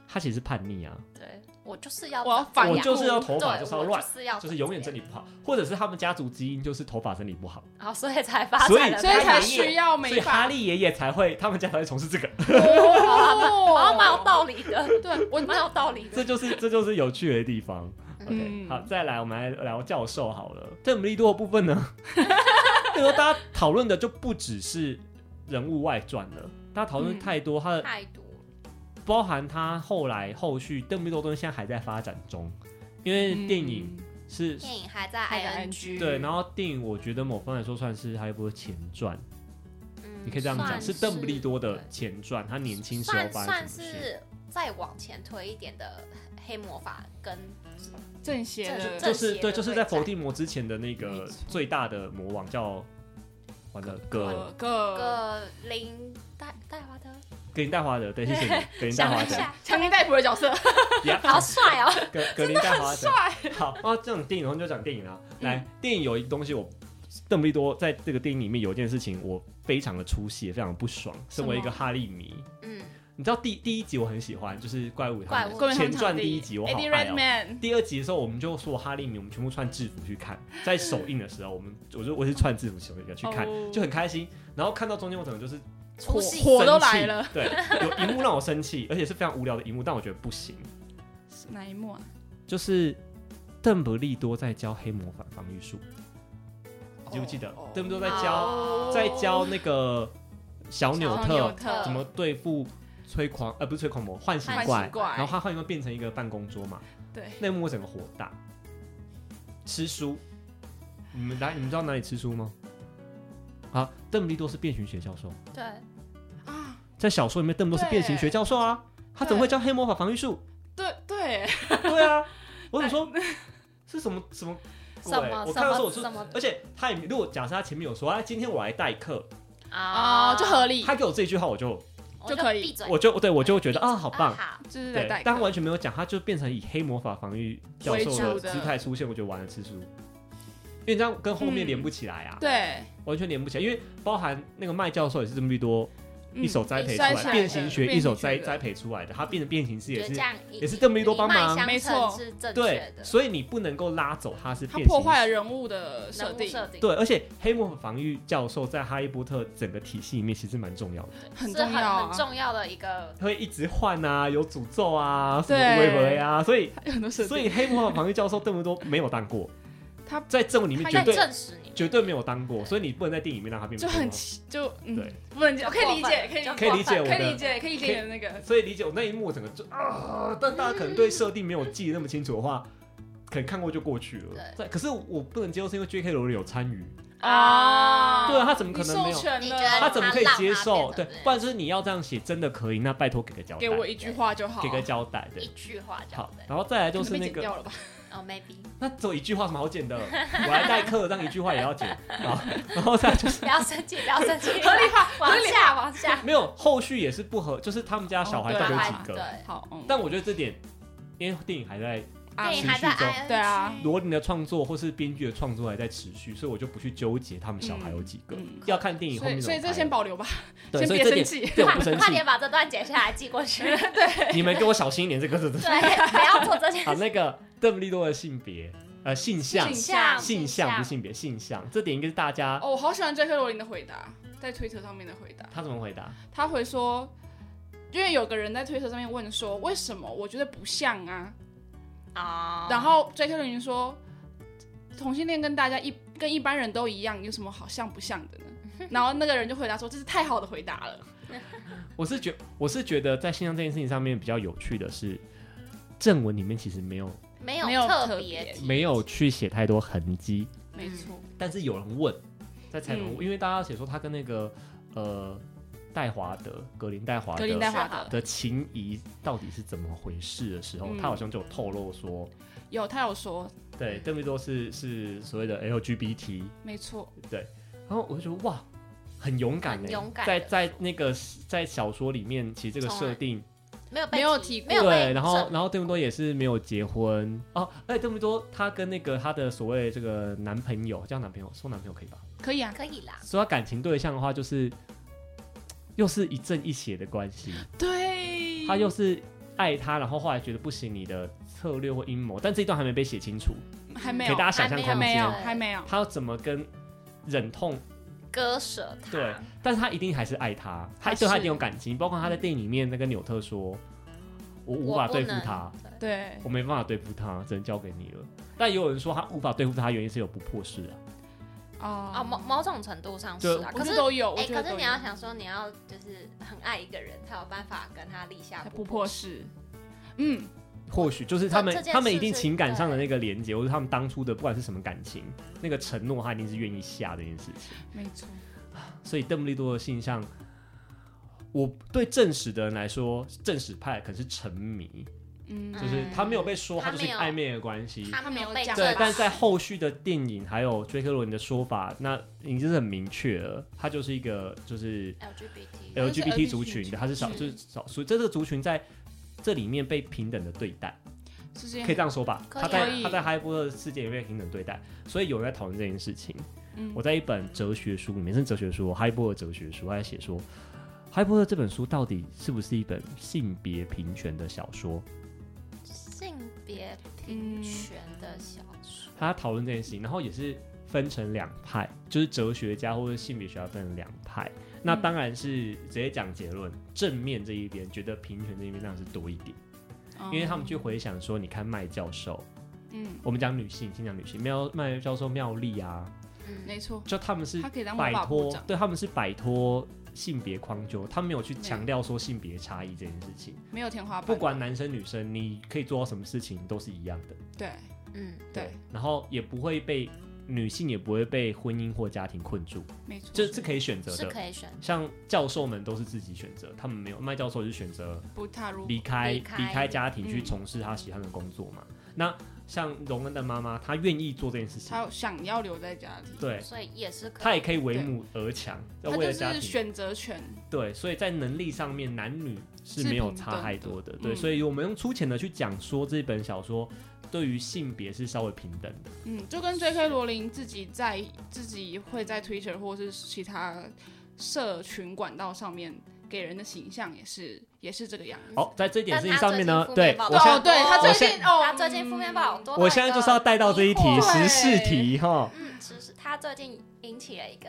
Speaker 2: 他其实是叛逆啊，
Speaker 4: 对我就是要
Speaker 3: 我要
Speaker 4: 这样
Speaker 3: 反
Speaker 2: 我就是要头发
Speaker 4: 啊对
Speaker 2: 就是要
Speaker 4: 我
Speaker 2: 乱，
Speaker 4: 就是要
Speaker 2: 就是永远整理不好，或者是他们家族基因就是头发整理不好，
Speaker 4: 然后所以才发
Speaker 2: 所以
Speaker 4: 展了
Speaker 3: 所以才
Speaker 4: 这个
Speaker 3: 需要
Speaker 2: 所以
Speaker 3: 美
Speaker 2: 哈
Speaker 3: 发
Speaker 2: 利爷爷才会他们家才会从事这个。
Speaker 3: 哦
Speaker 4: 好像蛮有道理的，
Speaker 3: 对
Speaker 4: 我蛮有道理的
Speaker 2: 这。就是这就是有趣的地方。OK，、
Speaker 3: 嗯
Speaker 2: 好，再来我们来聊教授好了。邓布利多的部分呢， 那时候大家讨论的就不只是人物外传了，大家讨论
Speaker 3: 嗯
Speaker 2: 太多，他的
Speaker 4: 态度
Speaker 2: 包含他后来后续邓布利多东西现在还在发展中，因为电影
Speaker 3: 嗯
Speaker 2: 是
Speaker 4: 电影还在
Speaker 3: 还在
Speaker 4: ING，
Speaker 3: ING
Speaker 2: 对，然后电影我觉得某方来说算是哈利波特前传，
Speaker 4: 嗯
Speaker 2: 你可以这样讲，
Speaker 4: 算
Speaker 2: 是邓布利多的前传，他年轻时候
Speaker 4: 算
Speaker 2: 发生
Speaker 4: 算
Speaker 2: 什么事？
Speaker 4: 是再往前推一点的黑魔法跟
Speaker 3: 正邪的
Speaker 4: 正
Speaker 2: 就是
Speaker 4: 邪
Speaker 2: 对，
Speaker 4: 的
Speaker 2: 就是
Speaker 4: 对
Speaker 2: 在
Speaker 4: 战
Speaker 2: 伏地魔之前的那
Speaker 3: 没
Speaker 2: 个
Speaker 3: 错
Speaker 2: 最大的魔王叫完了葛
Speaker 3: 葛
Speaker 4: 呃
Speaker 3: 葛
Speaker 4: 格林戴戴华德，
Speaker 2: 格林戴华德，对，谢谢 你，格林戴
Speaker 4: 想
Speaker 2: 华
Speaker 4: 一下
Speaker 2: 德，
Speaker 3: 强尼戴普的角色，
Speaker 2: 呀
Speaker 4: 好帅哦，
Speaker 2: 格格林戴华德，好，哦，这种电影我们就讲电影啦。啊来，电影有一个东西我。邓布利多在这个电影里面有一件事情，我非常的出戏，也非常的不爽。身为一
Speaker 3: 什
Speaker 2: 个
Speaker 3: 么
Speaker 2: 哈利迷，
Speaker 4: 嗯，
Speaker 2: 你知道第第一集我很喜欢，就是怪物他们
Speaker 4: 怪物
Speaker 3: 各位
Speaker 2: 前传第一集我好
Speaker 3: Eddie
Speaker 2: 爱哦。
Speaker 3: Redman，
Speaker 2: 第二集的时候，我们就说哈利迷，我们全部穿制服去看，在首映的时候，我们我就我是穿制服首映去看
Speaker 3: 哦，
Speaker 2: 就很开心。然后看到中间，我整个就是
Speaker 4: 出戏
Speaker 2: 火
Speaker 3: 火都
Speaker 2: 生气
Speaker 3: 来了。
Speaker 2: 对，有一幕让我生气，而且是非常无聊的一幕，但我觉得不行。
Speaker 3: 哪一幕啊？
Speaker 2: 就是邓布利多在教黑魔法防御术，你记不记得？
Speaker 3: 哦
Speaker 2: 邓布利多在教
Speaker 4: 哦
Speaker 2: 在教那个小纽
Speaker 3: 小纽
Speaker 2: 特
Speaker 3: 特
Speaker 2: 怎么对付催狂，呃，不是催狂魔，唤醒
Speaker 4: 唤
Speaker 2: 怪
Speaker 3: 醒，怪
Speaker 2: 然后他换一个变成一个办公桌嘛，
Speaker 3: 对，
Speaker 2: 那一幕我整个火大，吃书。你们来，你们知道哪里吃书吗？好，邓布利多是变形学教授，
Speaker 4: 对，
Speaker 3: 啊，
Speaker 2: 在小说里面，邓布利多是变形学教授啊，他怎么会教黑魔法防御术？
Speaker 3: 对对，
Speaker 2: 对啊，我想说，是什么什么鬼？
Speaker 4: 什么
Speaker 2: 我
Speaker 4: 什
Speaker 2: 看到时候我哎说
Speaker 4: 么什么
Speaker 2: 而且他也没如果假设他前面有说，哎，今天我来代课，
Speaker 4: 哦
Speaker 3: 啊，就合理，
Speaker 2: 他给我这一句话，我就
Speaker 4: 我
Speaker 3: 就可以
Speaker 4: 闭嘴
Speaker 2: 我就对我就会觉得啊，好棒。
Speaker 4: 啊
Speaker 3: 就是在
Speaker 2: 对
Speaker 3: 代，课
Speaker 2: 但他完全没有讲，他就变成以黑魔法防御教
Speaker 3: 为
Speaker 2: 授
Speaker 3: 主
Speaker 2: 的
Speaker 3: 的
Speaker 2: 姿态出现，我就完了吃书，因为这样跟后面连不起来啊，
Speaker 3: 对，
Speaker 2: 完全连不起来，因为包含那个麦教授也是这么多
Speaker 3: 嗯
Speaker 2: 一手栽培出
Speaker 3: 一手栽
Speaker 2: 来，
Speaker 3: 培
Speaker 2: 变形学一手栽
Speaker 3: 变形学的
Speaker 2: 栽培出来的，他变成变形师
Speaker 4: 觉
Speaker 2: 也
Speaker 4: 得
Speaker 2: 是
Speaker 4: 这样
Speaker 2: 也是邓布利多帮忙
Speaker 4: 没
Speaker 3: 没
Speaker 4: 错
Speaker 3: 错
Speaker 4: 是正
Speaker 2: 对
Speaker 4: 确，的，
Speaker 2: 所以你不能够拉走他是
Speaker 3: 他
Speaker 2: 变
Speaker 3: 破
Speaker 2: 形
Speaker 3: 坏了人物的设
Speaker 4: 人物
Speaker 3: 定，
Speaker 4: 设定
Speaker 2: 对，而且黑魔法防御教授在《哈利波特》整个体系里面其实蛮重要的，
Speaker 3: 很
Speaker 4: 是
Speaker 3: 重要啊
Speaker 4: 很重要的一个，
Speaker 2: 他会一直换啊，有诅咒啊，什么
Speaker 3: 对
Speaker 2: 微博呀，所以
Speaker 3: 有很多设定，
Speaker 2: 所以黑魔法防御教授邓布利多没有当过，
Speaker 3: 他
Speaker 2: 在正文里面
Speaker 3: 他
Speaker 2: 绝
Speaker 4: 在
Speaker 2: 对
Speaker 4: 证实你们
Speaker 2: 绝对没有当过，所以你不能在电影里面让他变
Speaker 3: 就
Speaker 2: 成黑
Speaker 3: 很
Speaker 2: 魔法
Speaker 3: 奇，就嗯
Speaker 2: 对，
Speaker 3: 不能讲，可以理解，可以
Speaker 4: 就
Speaker 3: 理
Speaker 2: 可以理解我
Speaker 3: 可以
Speaker 2: 的
Speaker 3: 理。解，可以理解那个，
Speaker 2: 所以理解我那一幕，我整个就啊，但大家可能对设定没有记得那么清楚的话，可能看过就过去了。对，可是我不能接受，是因为 J.K. 罗琳有参与，
Speaker 3: 啊
Speaker 2: 对啊，他怎么
Speaker 3: 你
Speaker 2: 可能没
Speaker 3: 授
Speaker 2: 有？
Speaker 3: 权
Speaker 4: 你觉
Speaker 3: 了，
Speaker 4: 得
Speaker 2: 他怎么可以接
Speaker 3: 啊
Speaker 2: 受？
Speaker 4: 他让
Speaker 2: 对
Speaker 4: 他变成这样，
Speaker 2: 不然就是你要这样写，真的可以，那拜托给个交代，
Speaker 3: 给我一句话就好，
Speaker 2: 给个交代，对
Speaker 4: 一。句话这
Speaker 2: 好
Speaker 4: 样，的
Speaker 2: 然后再来就是
Speaker 3: 可能
Speaker 2: 那
Speaker 3: 被剪
Speaker 2: 个，
Speaker 3: 掉了吧？
Speaker 4: 哦，maybe
Speaker 2: 那只有一句话有什么好剪的？我来代课，让一句话也要剪。好，然后再来就是
Speaker 4: 不要生气，不要生气，
Speaker 3: 合理化，合
Speaker 4: 往
Speaker 3: 理
Speaker 4: 下往下，
Speaker 2: 没有后续也是不合，就是他们家小孩
Speaker 3: 哦对
Speaker 2: 到底有
Speaker 4: 还
Speaker 2: 几个？
Speaker 4: 对，
Speaker 3: 好，嗯，
Speaker 2: 但我觉得这点，因为电影还在
Speaker 3: 啊
Speaker 4: 电影还在
Speaker 2: 持续中
Speaker 4: I N
Speaker 3: 对啊
Speaker 2: 罗琳的创作或是编剧的创作还在持续，所以我就不去纠结他们小孩有几个
Speaker 3: 嗯嗯，
Speaker 2: 要看电影后
Speaker 3: 所以
Speaker 2: 面怎
Speaker 3: 所
Speaker 2: 么
Speaker 3: 以
Speaker 2: 拍。
Speaker 3: 这先保留吧，
Speaker 2: 对，
Speaker 3: 先
Speaker 2: 所以
Speaker 3: 别
Speaker 2: 这点
Speaker 3: 生气
Speaker 2: 对我不 生
Speaker 4: 快
Speaker 2: 气
Speaker 4: 点，把这段剪下来寄过去，对，
Speaker 2: 你们给我小心一点，这个是。
Speaker 4: 不要做这件
Speaker 2: 好，
Speaker 4: 事。
Speaker 2: 那个邓布利多的性别，呃，性向，
Speaker 3: 性
Speaker 4: 向
Speaker 2: 性向不是性别，性向，这点应该是大家
Speaker 3: 哦，我好喜欢 J.K. 罗琳的回答，在推特上面的回答，
Speaker 2: 他怎么回答？
Speaker 3: 他回说，因为有个人在推特上面问说，为什么我觉得不像啊？
Speaker 4: 啊
Speaker 3: 然后 J.K. 罗琳说，同性恋跟大家一跟一般人都一样，有什么好像不像的呢？然后那个人就回答说，这是太好的回答了。
Speaker 2: 我是觉我是觉得在性向这件事情上面比较有趣的是，正文里面其实没有
Speaker 4: 没
Speaker 3: 没有
Speaker 4: 特
Speaker 3: 特
Speaker 4: 别
Speaker 3: 别
Speaker 4: 提
Speaker 2: 没有去写太多痕迹，
Speaker 4: 嗯
Speaker 3: 没错，
Speaker 2: 但是有人问，在采访，
Speaker 3: 嗯
Speaker 2: 因为大家写说他跟那个呃戴华德格林戴华
Speaker 3: 格林戴
Speaker 2: 德
Speaker 3: 华
Speaker 4: 是好
Speaker 3: 德
Speaker 2: 的情谊到底是怎么回事的时候，
Speaker 3: 嗯
Speaker 2: 他好像就有透露说，
Speaker 3: 有他有说，
Speaker 2: 对邓布利多是是所谓的 LGBT
Speaker 3: 没错，
Speaker 2: 然后我就觉得哇，很勇敢
Speaker 4: 很
Speaker 2: 哎，
Speaker 4: 勇敢的
Speaker 2: 在在那个在小说里面，其实这个
Speaker 4: 从来
Speaker 2: 设定
Speaker 4: 没有被
Speaker 3: 没有
Speaker 4: 提
Speaker 3: 提过
Speaker 4: 没有被
Speaker 2: 对，然后
Speaker 4: 证
Speaker 2: 然后邓布利多也是没有结婚哦，哎，邓布利多他跟那个他的所谓这个男朋友叫男朋友说男朋友可以吧？
Speaker 3: 可以啊，
Speaker 4: 可以啦，
Speaker 2: 说他感情对象的话，就是又是一正一邪的关系，
Speaker 4: 嗯
Speaker 3: 对，
Speaker 2: 他又是爱他，然后后来觉得不行你的策略或阴谋，但这一段还没被写清楚，
Speaker 3: 还没
Speaker 2: 给
Speaker 3: 有，
Speaker 2: 大家想象
Speaker 3: 还
Speaker 2: 空
Speaker 3: 没有，
Speaker 2: 间，
Speaker 3: 还没有，
Speaker 2: 他要怎么跟忍痛
Speaker 4: 割舍他，
Speaker 2: 对，但是他一定还是爱他，他
Speaker 3: 他
Speaker 2: 对他一
Speaker 3: 是
Speaker 2: 定有感情，包括他在电影里面那个纽特说：“我无法
Speaker 4: 我不
Speaker 2: 对付
Speaker 4: 能
Speaker 2: 他，
Speaker 3: 对
Speaker 2: 我没办法对付他，只能交给你了。”但也有人说他无法对付他，原因是有不破事啊。
Speaker 4: 啊，
Speaker 3: 啊，
Speaker 4: 某某种程度上是
Speaker 2: 对
Speaker 4: 啊，
Speaker 3: 我
Speaker 4: 可
Speaker 3: 觉
Speaker 4: 是
Speaker 3: 得都有，我
Speaker 4: 哎，
Speaker 3: 觉得
Speaker 4: 可
Speaker 3: 都
Speaker 4: 是
Speaker 3: 有
Speaker 4: 你要想说，你要就是很爱一个人，才有办法跟他立下
Speaker 3: 还
Speaker 4: 不
Speaker 3: 不
Speaker 4: 破
Speaker 3: 破
Speaker 4: 誓。
Speaker 3: 事，嗯，
Speaker 2: 或许就是他们
Speaker 4: 这这件
Speaker 2: 他们一
Speaker 4: 事
Speaker 2: 定
Speaker 4: 是
Speaker 2: 情感上的
Speaker 4: 对
Speaker 2: 那个连接，或者他们当初的不管是什么感情，那个承诺他一定是愿意下的一件事情。
Speaker 3: 没错，
Speaker 2: 所以邓布利多的性向，我对正史的人来说，正史派可能是沉迷，
Speaker 3: 嗯，
Speaker 2: 就是他没有被说，
Speaker 4: 他
Speaker 2: 他就是一个
Speaker 4: 没有
Speaker 2: 暧昧的关系。
Speaker 4: 他没有被
Speaker 3: 他
Speaker 4: 证
Speaker 3: 没
Speaker 2: 对
Speaker 3: 有讲，
Speaker 2: 但是在后续的电影还有追克罗琳的说法，那已经是很明确了，他就是一个就是
Speaker 4: LGBT，
Speaker 3: 他是
Speaker 2: LGBT
Speaker 3: LGBT
Speaker 2: 族群的，他是少
Speaker 4: 嗯
Speaker 2: 就是少数，这个族群在这里面被平等的对待，
Speaker 3: 是这样
Speaker 2: 可以这样说吧？
Speaker 4: 可以
Speaker 2: 他在
Speaker 3: 可以
Speaker 2: 他在哈利波特世界里面被平等对待，所以有人在讨论这件事情。
Speaker 3: 嗯
Speaker 2: 我在一本哲学书里面，是哲学书哦，哈利波特哲学书，他在写说，哈利波特这本书到底是不是一本性别平权的小说？
Speaker 4: 性别
Speaker 2: 嗯
Speaker 4: 平权的小说，
Speaker 2: 他讨论这件事情，然后也是分成两派，就是哲学家或者性别学家分成两派。那当然是直接讲结论，正面这一边觉得平权这一边当然是多一点，因为他们去回想说，你看麦教授，
Speaker 3: 嗯，
Speaker 2: 我们讲女性，先讲女性，妙麦教授妙丽啊，
Speaker 4: 嗯，
Speaker 3: 没错，
Speaker 2: 就他们是
Speaker 3: 他可以当魔
Speaker 2: 摆
Speaker 3: 法部
Speaker 2: 脱
Speaker 3: 长，，
Speaker 2: 对他们是摆脱性别框架，他没有去
Speaker 3: 没有
Speaker 2: 强调说性别差异这件事情。
Speaker 3: 没有天花板，
Speaker 2: 不管男生女生，你可以做到什么事情都是一样的，
Speaker 3: 对
Speaker 4: 嗯，
Speaker 3: 对，
Speaker 2: 然后也不会被女性也不会被婚姻或家庭困住，
Speaker 3: 没错，
Speaker 2: 这是可以选择
Speaker 4: 是
Speaker 2: 的。
Speaker 4: 可以选
Speaker 2: 像教授们都是自己选择，他们没有麦教授就是选择
Speaker 3: 不踏入
Speaker 2: 离开
Speaker 4: 离开
Speaker 2: 离开家庭去
Speaker 3: 嗯
Speaker 2: 从事他喜欢的工作嘛。那像荣恩的妈妈，她愿意做这件事情
Speaker 3: 他，想要留在家里，
Speaker 2: 对，
Speaker 4: 所以也是
Speaker 2: 她
Speaker 4: 可
Speaker 2: 也
Speaker 4: 以。
Speaker 2: 可以为母而强，要
Speaker 3: 他
Speaker 2: 为
Speaker 3: 就
Speaker 2: 了家
Speaker 3: 是
Speaker 2: 庭。
Speaker 3: 选择权，
Speaker 2: 对，所以在能力上面，男女是没有差太多的。
Speaker 3: 是平等的
Speaker 2: 对，
Speaker 3: 嗯
Speaker 2: 所以我们用粗浅的去讲说这本小说对于性别是稍微平等的。
Speaker 3: 嗯，就跟 J.K. 罗琳自己在自己会在 Twitter 或是其他社群管道上面给人的形象也是也是这个样子。
Speaker 2: 好、在这一点
Speaker 4: 但
Speaker 2: 事情
Speaker 4: 他
Speaker 2: 上面呢，
Speaker 4: 最
Speaker 2: 对
Speaker 4: 近负面
Speaker 2: 我现在
Speaker 4: 报道
Speaker 3: 哦，
Speaker 4: 很
Speaker 3: 对他
Speaker 4: 多
Speaker 3: 最近哦，
Speaker 4: 他最近负面报多，
Speaker 2: 我现在就是要带到这一题
Speaker 3: 疑惑
Speaker 2: 时事题哈，
Speaker 4: 嗯，只是他最近引起了一个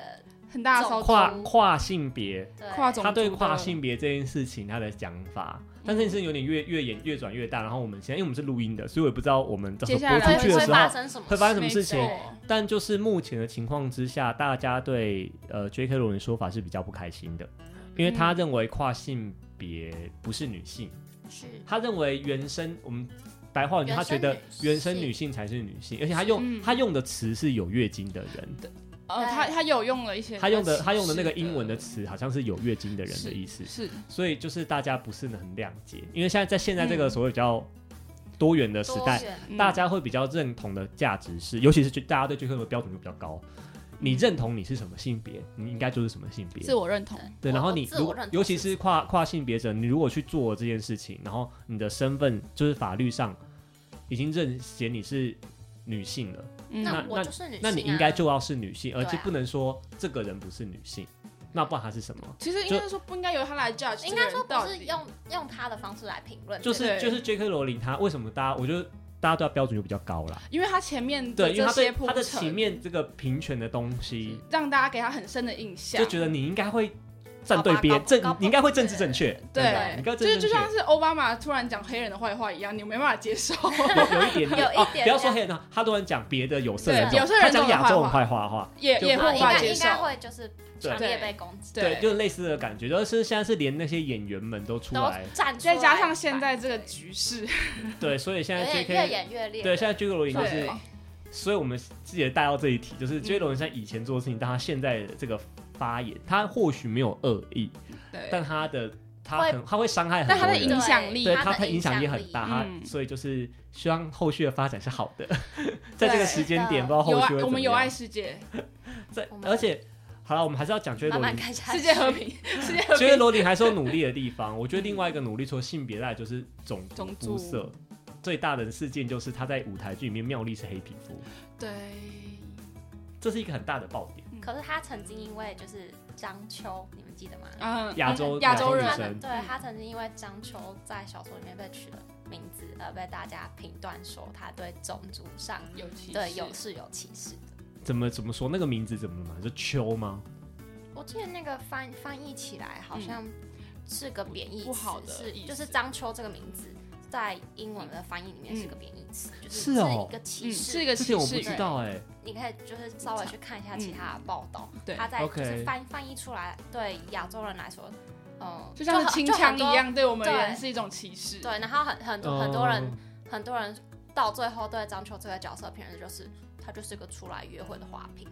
Speaker 3: 很大的骚动
Speaker 2: 跨跨性别，
Speaker 4: 对
Speaker 3: 跨种族
Speaker 2: 他对
Speaker 3: 的
Speaker 2: 跨性别这件事情他的讲法，但这件事情有点越越演越转越大。然后我们现在因为我们是录音的，所以我也不知道我们到时候
Speaker 3: 接下来
Speaker 2: 播出去的
Speaker 4: 会
Speaker 2: 时
Speaker 4: 发
Speaker 2: 候
Speaker 4: 生什么？
Speaker 2: 会发生什么事情
Speaker 3: 没。错
Speaker 2: 但就是目前的情况之下，大家对呃 J.K. 罗琳说法是比较不开心的，因为他认为跨性别不是女性，
Speaker 4: 是
Speaker 2: 他认为原生我们白话文他觉得原
Speaker 4: 原
Speaker 2: 生
Speaker 4: 生女性
Speaker 2: 女性才是女性，而且他用、
Speaker 3: 嗯
Speaker 2: 他用的词是有月经的人，
Speaker 3: 呃，他他有用了一些
Speaker 2: 他用的
Speaker 3: 比较
Speaker 2: 他用的那个
Speaker 3: 歧视
Speaker 2: 英文的词好像是有月经的人的意思，
Speaker 3: 是
Speaker 2: 所以就是大家不是很谅解，因为现在在现在这个
Speaker 3: 嗯
Speaker 2: 所谓比较多元的时代，
Speaker 4: 多元
Speaker 3: 嗯
Speaker 2: 大家会比较认同的价值是，尤其是就大家对追克的标准就比较高。你认同你是什么性别，你应该就是什么性别
Speaker 3: 自。我认同，
Speaker 2: 对，然后你
Speaker 4: 我自我
Speaker 2: 如果
Speaker 4: 认同
Speaker 2: 尤其是跨跨性别者，你如果去做这件事情，然后你的身份就是法律上已经认写你是女性了，
Speaker 3: 嗯
Speaker 2: 那
Speaker 4: 我就是女性啊，
Speaker 2: 那你应该就要是女性，而
Speaker 4: 对啊
Speaker 2: 且不能说这个人不是女性，
Speaker 4: 啊
Speaker 2: 那不然她是什么？
Speaker 3: 其实应该说不应该由他来 judge，
Speaker 4: 应该说不是用用他的方式来评论，
Speaker 2: 就是
Speaker 3: 对
Speaker 2: 就是 J.K. 罗琳她为什么大家我觉得大家对她标准就比较高啦，
Speaker 3: 因为他前面的
Speaker 2: 对，因为
Speaker 3: 这
Speaker 2: 她对
Speaker 3: 些铺
Speaker 2: 她的前
Speaker 3: 陈，
Speaker 2: 面这个平权的东西，
Speaker 3: 让大家给他很深的印象，
Speaker 2: 就觉得你应该会站对
Speaker 4: 高
Speaker 2: 边，
Speaker 4: 八
Speaker 2: 政
Speaker 4: 高八
Speaker 2: 你应该会政治正确，真的啊你
Speaker 3: 对
Speaker 2: 应该，
Speaker 3: 就
Speaker 2: 政
Speaker 3: 是
Speaker 2: 治
Speaker 3: 就
Speaker 2: 正
Speaker 3: 像
Speaker 2: 确。
Speaker 3: 是奥巴马突然讲黑人的坏话一样，你没办法 接受。
Speaker 2: 有有一点点
Speaker 4: 有一
Speaker 2: 哦，
Speaker 4: 点
Speaker 2: 不要说黑人啊，他突然讲别的有色人
Speaker 4: 对
Speaker 2: 种
Speaker 3: 有色，人
Speaker 2: 他
Speaker 3: 种
Speaker 2: 讲
Speaker 3: 的
Speaker 2: 亚洲人
Speaker 3: 坏
Speaker 2: 坏话话，
Speaker 3: 也
Speaker 2: 就
Speaker 3: 也会无
Speaker 4: 应
Speaker 3: 法
Speaker 4: 该
Speaker 3: 接
Speaker 4: 应
Speaker 3: 受。
Speaker 4: 该会就是强烈被攻击，
Speaker 2: 对，
Speaker 3: 对
Speaker 2: 就是类似的感觉，就是现在是连那些演员们都出
Speaker 4: 然后
Speaker 2: 来，
Speaker 4: 站出来
Speaker 3: 再加上现在这个局势，
Speaker 2: 对，所以现
Speaker 4: 有
Speaker 2: 在
Speaker 4: 点越
Speaker 2: J.K.
Speaker 4: 演越烈，
Speaker 2: 对，现在 J.K. 罗琳就是
Speaker 3: 对，
Speaker 2: 所以我们自己也带到这一题，就是 J.K. 罗琳在以前做的事情，但他现在的这个发言，他或许没有恶意，
Speaker 3: 对，
Speaker 2: 但他的他
Speaker 4: 会
Speaker 2: 很他会伤害很
Speaker 3: 但他
Speaker 2: 多
Speaker 3: 的
Speaker 2: 人
Speaker 3: 影。响力
Speaker 2: 对
Speaker 4: 他
Speaker 2: 的
Speaker 4: 的
Speaker 2: 影响力很大，他
Speaker 3: 嗯
Speaker 2: 所以就是希望后续的发展是好 的，在这个
Speaker 3: 对
Speaker 2: 时间
Speaker 4: 是的
Speaker 2: 点，不知道后
Speaker 3: 有
Speaker 2: 续
Speaker 3: 爱
Speaker 2: 会怎么，样。
Speaker 3: 我们有爱世界，
Speaker 2: 在
Speaker 4: 我，们
Speaker 2: 而且好了，我们还是要讲追罗
Speaker 4: 慢慢
Speaker 2: 琳。
Speaker 4: 看下去
Speaker 3: 世界和，平，世界和
Speaker 2: 觉得
Speaker 3: 平。
Speaker 2: 罗琳还是有努力的地方。 我觉得另外一个努力，除了性别外，就是种族
Speaker 3: 种
Speaker 2: 肤
Speaker 3: 族
Speaker 2: 色。最大的事件就是她在舞台剧里面，妙丽是黑皮肤，
Speaker 3: 对，
Speaker 2: 这是一个很大的爆点。
Speaker 4: 可是他曾经因为就是张秋，你们记得吗？
Speaker 3: 嗯，
Speaker 2: 亚洲
Speaker 3: 亚洲人
Speaker 2: 女
Speaker 4: 他
Speaker 2: 生，
Speaker 4: 对他曾经因为张秋在小说里面被取了名字，而被大家评断说他对种族上
Speaker 3: 有歧视
Speaker 4: 对有是有歧视的。
Speaker 2: 怎么怎么说那个名字怎么了嘛？就秋吗？
Speaker 4: 我记得那个翻翻译起来好像是个贬义词，
Speaker 3: 嗯不好的
Speaker 4: 是
Speaker 3: 意思
Speaker 4: 就是张秋这个名字在英文的翻译里面是个贬义词，就是是
Speaker 2: 哦
Speaker 4: 一个歧
Speaker 3: 嗯，
Speaker 4: 视。
Speaker 3: 是一个
Speaker 2: 之
Speaker 3: 歧
Speaker 2: 前我不
Speaker 3: 视
Speaker 2: 知道哎、
Speaker 4: 你可以就是稍微去看一下其他的报道，
Speaker 3: 嗯对
Speaker 4: 他在
Speaker 2: OK
Speaker 4: 就是翻翻译出来，对亚洲人来说，嗯，
Speaker 3: 就像是
Speaker 4: 很
Speaker 3: 清腔一。
Speaker 4: 就很多
Speaker 3: 样，对我们
Speaker 4: 对
Speaker 3: 人是一种歧视。
Speaker 4: 对，然后很很多、
Speaker 2: 哦
Speaker 4: 很多人很多人到最后对张秋这个角色评论就是他就是个出来约会的花瓶。